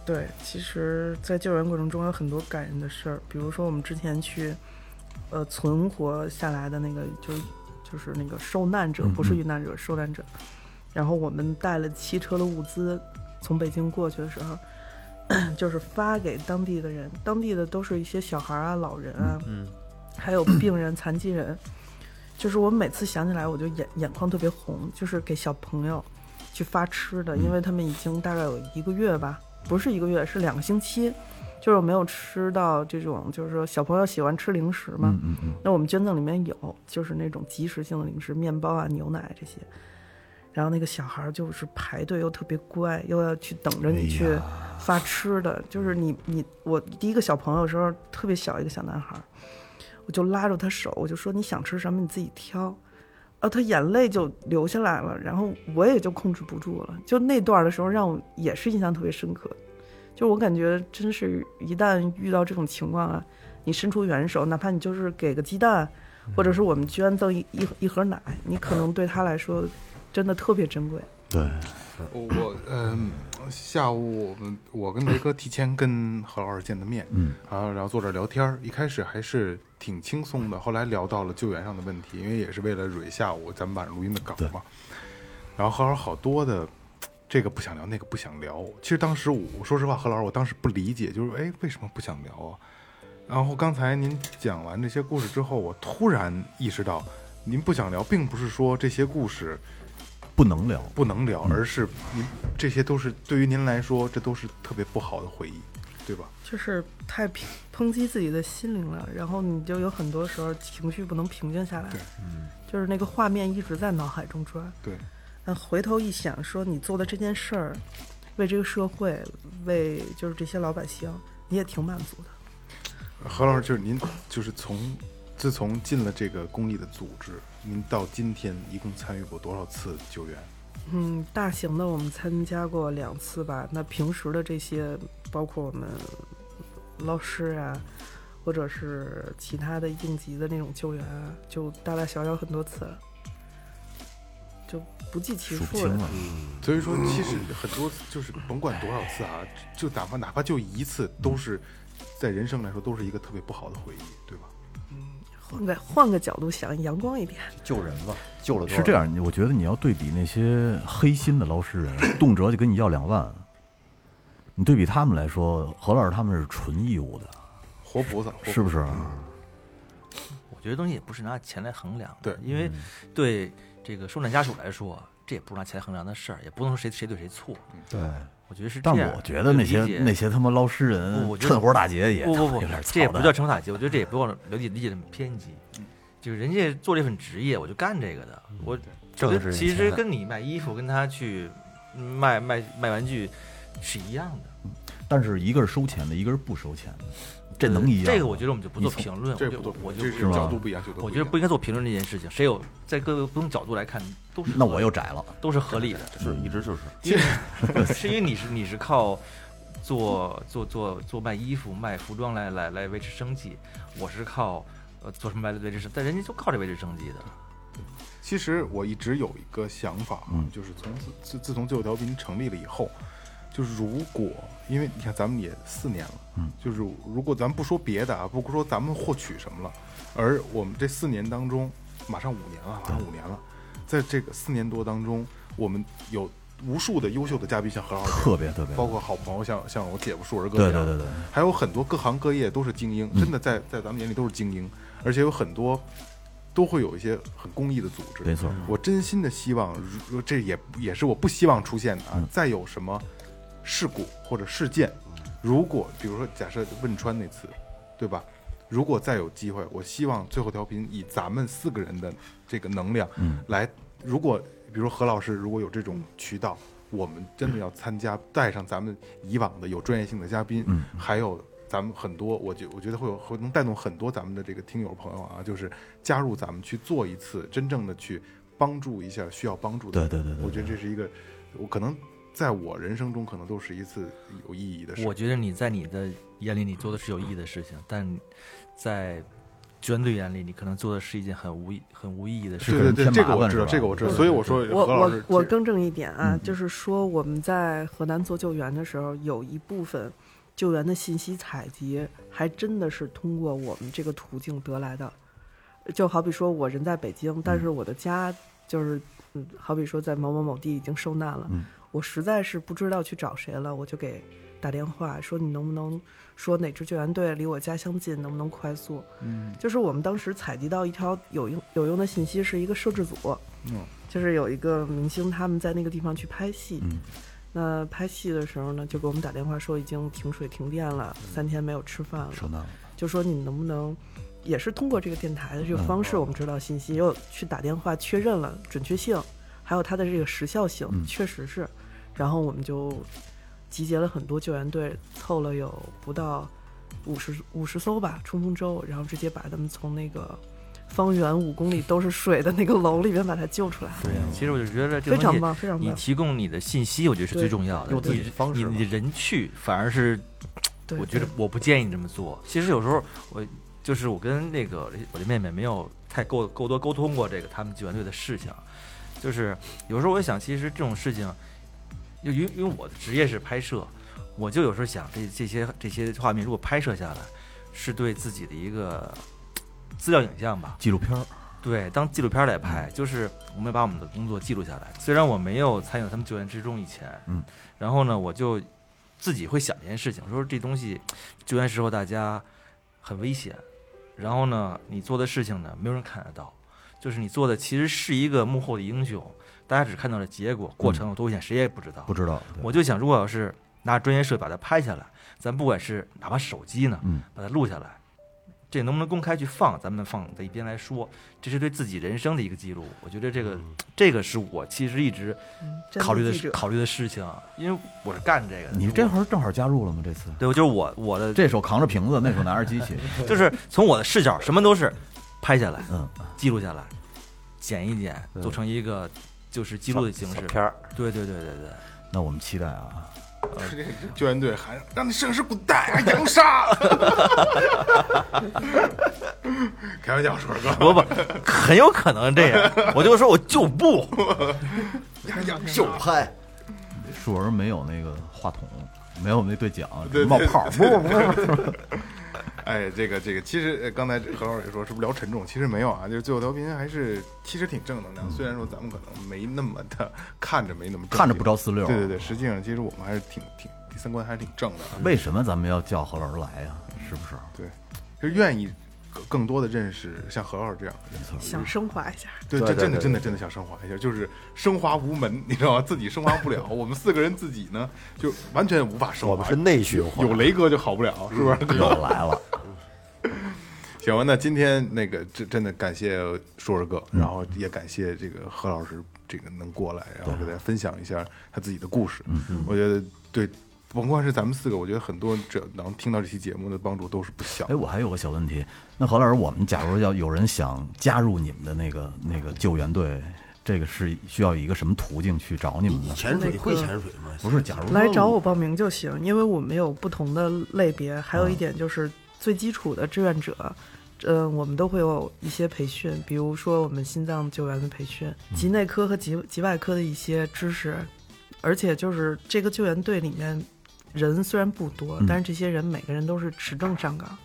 S6: 对，其实，在救援过程中有很多感人的事儿，比如说我们之前去，呃，存活下来的那个，就就是那个受难者，不是遇难者，受难者。然后我们带了七车的物资，从北京过去的时候， 就是发给当地的人，当地的都是一些小孩儿啊、老人啊，嗯，还有病人、残疾人。就是我每次想起来，我就眼眼眶特别红，就是给小朋友去发吃的，因为他们已经大概有一个月吧，不是一个月，是两个星期，就是没有吃到这种，就是说小朋友喜欢吃零食嘛，
S5: 嗯
S6: 那我们捐赠里面有，就是那种即食性的零食，面包啊、牛奶这些。然后那个小孩儿就是排队又特别乖，又要去等着你去发吃的，就是你你我第一个小朋友的时候特别小一个小男孩儿，我就拉住他手，我就说你想吃什么你自己挑，啊，他眼泪就流下来了，然后我也就控制不住了，就那段儿的时候让我也是印象特别深刻，就我感觉真是一旦遇到这种情况啊，你伸出援手，哪怕你就是给个鸡蛋，或者是我们捐赠一一一盒奶，你可能对他来说真的特别珍贵。
S5: 对，
S3: 我我嗯，下午我们我跟雷哥提前跟何老师见的面，嗯，然后然后坐这儿聊天儿，一开始还是挺轻松的，后来聊到了救援上的问题，因为也是为了蕊下午咱们晚上录音的稿嘛。然后何老师好多的这个不想聊，那个不想聊。其实当时我说实话，何老师我当时不理解，就是哎为什么不想聊啊？然后刚才您讲完这些故事之后，我突然意识到，您不想聊，并不是说这些故事。
S5: 不能聊，
S3: 不能聊，而是您这些都是对于您来说，这都是特别不好的回忆，对吧？
S6: 就是太抨抨击自己的心灵了，然后你就有很多时候情绪不能平静下来，嗯就是那个画面一直在脑海中转。
S3: 对，
S6: 嗯，回头一想，说你做的这件事儿，为这个社会，为就是这些老百姓，你也挺满足的。
S3: 何老师，就是您，就是从自从进了这个公益的组织，您到今天一共参与过多少次救援？
S6: 嗯，大型的我们参加过两次吧。那平时的这些，包括我们捞尸啊，或者是其他的应急的那种救援啊，就大大小小很多次了，就不计其
S5: 数不
S6: 数
S5: 清
S6: 了。
S5: 了。
S3: 所以说，其实很多就是甭管多少次啊，就哪怕哪怕就一次，都是在人生来说都是一个特别不好的回忆，对吧？
S6: 换个换个角度想，阳光一点。
S7: 救人吧，救了多少
S5: 是这样，你我觉得你要对比那些黑心的捞尸人，动辄就跟你要两万，你对比他们来说，何老师他们是纯义务的，
S3: 活菩萨，
S5: 是不
S3: 是？
S5: 是？
S8: 我觉得东西也不是拿钱来衡量的，
S3: 对
S5: 嗯
S8: 因为对这个受难家属来说，这也不是拿钱衡量的事儿，也不能说谁谁对谁错。
S5: 对，
S8: 我觉得是这
S5: 但
S8: 样。
S5: 我觉得那些
S8: 理解
S5: 那些他妈捞尸
S8: 不我
S5: 人、
S8: 觉得
S5: 趁火打劫也
S8: 不不不
S5: 有点，
S8: 这也
S5: 操
S8: 不
S5: 蛋嗯
S8: 叫惩罚打击，我觉得这也不要理解理解这么偏激。就是人家做这份职业，我就干这个的。我
S7: 挣
S8: 觉
S7: 的
S8: 得
S7: 是
S8: 其
S7: 钱
S8: 实
S7: 的
S8: 跟你卖衣服，跟他去卖卖卖玩具是一样的。
S5: 但是一个是收钱的，一个是不收钱的，这能一样吗？
S8: 呃这个我觉得我们就不做
S5: 你从
S8: 评论，
S3: 这
S8: 我
S3: 个
S8: 就
S3: 不做评
S8: 我
S3: 论，
S8: 就
S3: 这
S8: 不
S3: 是
S5: 吗
S3: 角度不一样，角度
S8: 我
S3: 一
S8: 觉得
S3: 样
S8: 不应该做评论这件事情。谁有在各个不同角度来看，都是
S5: 那
S8: 合
S5: 我又窄了。
S8: 都是合理的。
S4: 是一直就是
S8: 是因为 你是你是靠做做做做卖衣服、卖服装来来来维持生计，我是靠呃做什么来维持生，但人家就靠这维持生计的。
S3: 其实我一直有一个想法，
S5: 嗯
S3: 就是从自自自从最后调频成立了以后，就是如果因为你看咱们也四年了，
S5: 嗯，
S3: 就是如果咱们不说别的啊，不说咱们获取什么了，而我们这四年当中，马上五年了，
S5: 嗯
S3: 马上五年了，在这个四年多当中，我们有无数的优秀的嘉宾，像何老师这
S5: 特
S3: 样，
S5: 别特别，
S3: 包括好朋友像像我姐夫、树儿哥
S5: 对
S3: 这
S5: 对
S3: 样
S5: 对对，
S3: 还有很多各行各业都是精
S5: 嗯
S3: 英，真的在在咱们眼里都是精英，而且有很多都会有一些很公益的组织。
S5: 没错，
S3: 我真心的希望，如这也也是我不希望出现的啊！
S5: 嗯
S3: 再有什么事故或者事件，如果比如说假设汶川那次，对吧？如果再有机会，我希望最后调频以咱们四个人的这个能量
S5: 嗯，
S3: 来，如果比如说何老师如果有这种渠道，我们真的要参加，带上咱们以往的有专业性的嘉宾，
S5: 嗯
S3: 还有咱们很多，我觉我觉得会有会能带动很多咱们的这个听友朋友啊，就是加入咱们去做一次真正的去帮助一下需要帮助的
S5: 对
S3: 人。
S5: 对对对，
S3: 我觉得这是一个，我可能在我人生中可能都是一次有意义的事。
S8: 我觉得你在你的眼里你做的是有意义的事情，但在捐队眼里，你可能做的是一件很无意很无意义的事
S5: 是
S8: 情。
S3: 对对对，
S5: 跟人
S3: 这
S5: 添麻
S3: 个我
S5: 烦
S3: 知道，
S5: 是吧
S3: 这个我知道，
S5: 对
S3: 所以我说
S6: 我
S3: 何老
S6: 我
S3: 师，
S6: 我
S3: 这
S6: 更正一点啊，
S5: 嗯
S6: 就是说我们在河南做救援的时候，有一部分救援的信息采集，还真的是通过我们这个途径得来的。就好比说我人在北京，
S3: 嗯
S6: 但是我的家就是，嗯，好比说在某某某地已经受难了，
S5: 嗯
S6: 我实在是不知道去找谁了，我就给打电话说你能不能说哪支救援队离我家乡近，能不能快速？
S3: 嗯，
S6: 就是我们当时采集到一条有用有用的信息，是一个摄制组，
S3: 嗯，
S6: 就是有一个明星他们在那个地方去拍戏，
S5: 嗯
S6: 那拍戏的时候呢，就给我们打电话说已经停水停电了，三天没有吃饭了，
S5: 受难了，
S6: 就说你能不能，也是通过这个电台的这个方式，
S8: 嗯
S6: 我们知道信息，又去打电话确认了准确性，还有它的这个时效性，
S5: 嗯
S6: 确实是，然后我们就集结了很多救援队，凑了有不到五十五十艘吧冲锋舟，然后直接把他们从那个方圆五公里都是水的那个楼里面把它救出来，
S8: 其实我就觉得这
S6: 非
S8: 个东
S6: 常
S8: 西，
S6: 棒，非常
S8: 你
S6: 棒，
S8: 提供你的信息，我觉得是
S6: 对
S8: 最重要的。
S7: 用自己
S8: 你
S7: 的方式
S8: 你
S7: 嘛
S8: 你人去反而是
S6: 对，
S8: 我觉得
S6: 对
S8: 我不建议你这么做。其实有时候我就是我跟那个我的妹妹没有太够够多沟通过这个他们救援队的事情，就是有时候我想，其实这种事情，因为因为我的职业是拍摄，我就有时候想这这些这些画面如果拍摄下来，是对自己的一个资料影像吧，
S5: 纪录片儿
S8: 对，当纪录片儿来拍，就是我们把我们的工作记录下来。虽然我没有参与到他们救援之中以前，
S5: 嗯，
S8: 然后呢，我就自己会想一件事情，说这东西救援时候大家很危险，然后呢，你做的事情呢，没有人看得到，就是你做的其实是一个幕后的英雄，大家只看到了结果，过程有多危险谁也不知道。
S5: 不知道，对
S8: 我就想，如果要是拿专业设备把它拍下来，咱不管是哪怕手机呢，
S5: 嗯
S8: 把它录下来，这能不能公开去放，咱们放在一边来说，这是对自己人生的一个记录。我觉得这个、
S5: 嗯
S8: 这个是我其实一直
S6: 嗯真
S8: 考虑的
S6: 记
S8: 事
S6: 者
S8: 考虑的事情，因为我是干这个的。
S5: 你
S8: 我
S5: 这会儿正好加入了吗？这次
S8: 对，就是我我的
S5: 这手扛着瓶子，那手拿着机器，
S8: 就是从我的视角，什么都是拍下来、
S5: 嗯，
S8: 记录下来、剪一剪，做成一个就是记录的形式。
S7: 片儿，
S8: 对对对对对。
S5: 那我们期待啊，
S3: 救援队喊让那摄影师滚蛋，还扬沙。开玩笑，水儿哥，
S8: 不不，很有可能这样。我就说我就不，
S3: 扬手
S7: 嗨，
S5: 树儿没有那个话筒，没有那对讲，
S3: 对对
S5: 冒泡儿，不不不，
S3: 哎，这个这个，其实呃刚才何老师也说是不是聊沉重？其实没有啊，就是最后调频还是其实挺正能量，虽然说咱们可能没那么的看着没那么正经
S5: 嗯看着不着四六，嗯
S3: 对对对，实际上其实我们还是挺挺第三观还是挺正的啊，
S5: 为什么咱们要叫何老师来呀？是不是？
S3: 对，就是愿意更多的认识像何老师这样，
S6: 想升华一下。
S3: 对，
S7: 对
S3: 这
S7: 对
S3: 真的
S7: 对
S3: 真的
S7: 对
S3: 真的想升华一下，哎就是升华无门，你知道吗？自己升华不了，我们四个人自己呢就完全无法升
S7: 我们
S3: 华
S7: 是。内循环，
S3: 有雷哥就好不了，是不是？
S5: 又来了，
S3: 行吧，那今天那个真真的感谢硕硕哥，然后也感谢这个何老师，这个能过来，然后给大家分享一下他自己的故事。我觉得对，甭管是咱们四个，我觉得很多这能听到这期节目的帮助都是不小
S5: 哎，。我还有个小问题，那何老师，我们假如要有人想加入你们的那个那个救援队，这个是需要以一个什么途径去找你们
S4: 你
S5: 呢？
S4: 潜
S6: 那
S4: 水
S6: 个
S4: 会潜水吗？
S5: 不是，假如
S6: 来
S5: 说
S6: 找我报名就行，因为我们有不同的类别，还有一点就是最基础的志愿者，嗯、我们都会有一些培训，比如说我们心脏救援的培训，
S5: 嗯
S6: 急内科和急急外科的一些知识，而且就是这个救援队里面人虽然不多，
S5: 嗯
S6: 但是这些人每个人都是持证上岗，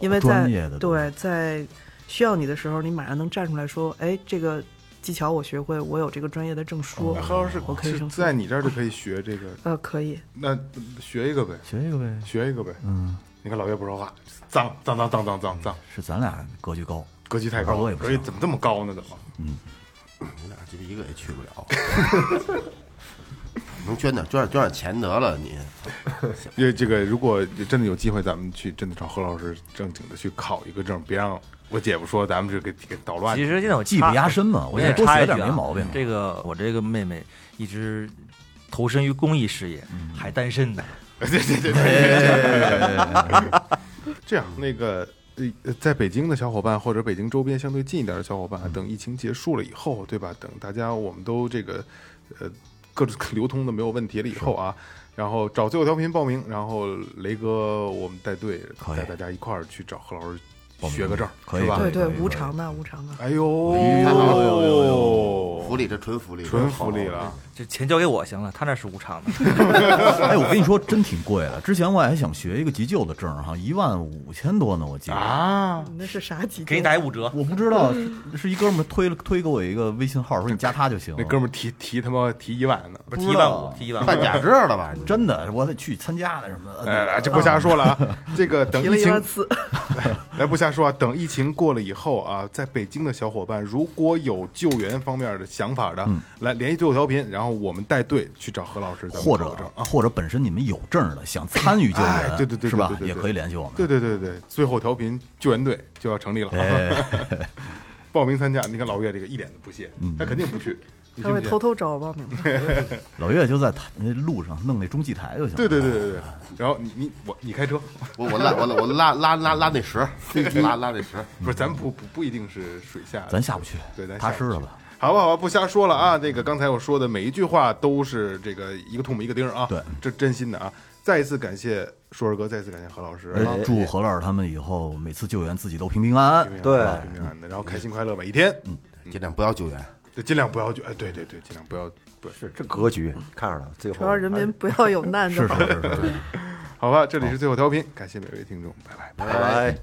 S6: 因为在
S5: 专业的东西
S6: 对在需要你的时候，你马上能站出来说，哎，这个技巧我学会，我有这个专业的证
S5: 哦
S6: 书，
S3: 何老师
S6: 我可以
S3: 是
S6: 上
S3: 在你这儿就可以学这个，
S6: 呃可以。
S3: 那学一个呗，
S5: 学一个呗，
S3: 学一个呗。
S5: 嗯，
S3: 你看老岳不说话，脏脏脏脏脏脏脏，
S5: 是咱俩格局高，
S3: 格局太
S5: 二
S3: 高
S5: 哥
S3: 了，
S5: 也不
S3: 格
S5: 行
S3: 局怎么这么高呢？怎么？
S4: 你俩鸡巴一个也去不了。 能捐点捐点捐点钱得了，你
S3: 因为这个，如果真的有机会，咱们去真的找何老师正经的去考一个证，别让我姐夫说咱们是给给捣乱。
S8: 其实现在我
S5: 技不
S8: 插
S5: 压身嘛，我
S8: 我
S5: 觉得
S8: 也
S5: 多
S8: 插
S5: 学
S8: 一句
S5: 点
S8: 啊
S5: 没毛病。
S8: 这个我这个妹妹一直投身于公益事业，
S5: 嗯
S8: 还单身呢。
S3: 这样，那个呃，在北京的小伙伴或者北京周边相对近一点的小伙伴，等疫情结束了以后，对吧？等大家我们都这个呃各种流通的没有问题了以后啊，然后找最后调频报名，然后雷哥我们带队
S5: 可以
S3: 带大家一块儿去找何老师
S5: 报名
S3: 学个证，
S5: 可以
S3: 是吧？
S5: 可
S6: 对
S5: 以
S6: 对，
S5: 可以
S6: 无偿的，无偿的。
S3: 哎呦，
S4: 太好了
S3: 呦
S4: 福利这纯福利，
S3: 哦纯福利了。
S8: 这钱交给我行了，他那是无偿的。
S5: 哎，我跟你说，真挺贵的。之前我还想学一个急救的证儿哈，一万五千多呢，我记得。
S3: 啊！
S6: 那是啥急救？
S8: 给你打一五折，
S5: 我不知道是是一哥们儿推了推给我一个微信号，说你加他就行。
S3: 那哥们儿提提他妈提一万呢，
S8: 不
S5: 知
S8: 是
S5: 道
S8: 提一万五，提
S4: 办
S8: 一万五。
S4: 假证了吧？你
S5: 真的，我得去参加的什么的。
S3: 哎，这不瞎说了啊！这个等
S6: 提了
S3: 疫
S6: 一
S3: 情
S6: 万四，
S3: 来不瞎说啊，等疫情过了以后啊，在北京的小伙伴如果有救援方面的想法的，来联系最后调频，然后我们带队去找何老师，咱们
S5: 或
S3: 考
S5: 者
S3: 证啊。
S5: 或者本身你们有证儿的，想参与救
S3: 哎
S5: 援，
S3: 对对对对
S5: 是吧
S3: 对？对对
S5: 也可以联系我们。
S3: 对对对对，最后调频救援队就要成立了啊，
S5: 哎，
S3: 报名参加。你看老岳这个一脸的不屑，他肯定不去，你
S6: 他
S3: 信不
S6: 会
S3: 信
S6: 偷？偷找我报名 的。
S5: 老岳就在他那路上弄那中继台就行。
S3: 对对对。对对。然后你你我你开车，
S4: 我我拉我拉我拉拉拉拉 那石，拉拉那石。
S3: 不是咱不不不一定是水下的，
S5: 咱下不去，
S3: 对咱下
S5: 踏
S3: 不
S5: 实
S3: 去
S5: 了吧？
S3: 好吧，好吧，不瞎说了啊！这个刚才我说的每一句话都是这个一个唾沫一个钉儿啊，
S5: 对，
S3: 这真心的啊！再一次感谢硕儿哥，再一次感谢何老师，啊
S5: 而且祝哎何老师他们以后每次救援自己都平平安安。
S3: 平平安安
S7: 对
S3: 平平安安的，然后开心快乐每一天，嗯，
S4: 尽量不要救援，
S3: 对，尽量不要去，哎，对对对，尽量不要，对，
S7: 是这格局，看着了，最后
S6: 主要人
S3: 哎
S6: 民不要有难就是好
S5: 是。是是。
S3: 好吧，这里是最后调频，感谢每位听众，拜拜。
S7: 拜拜。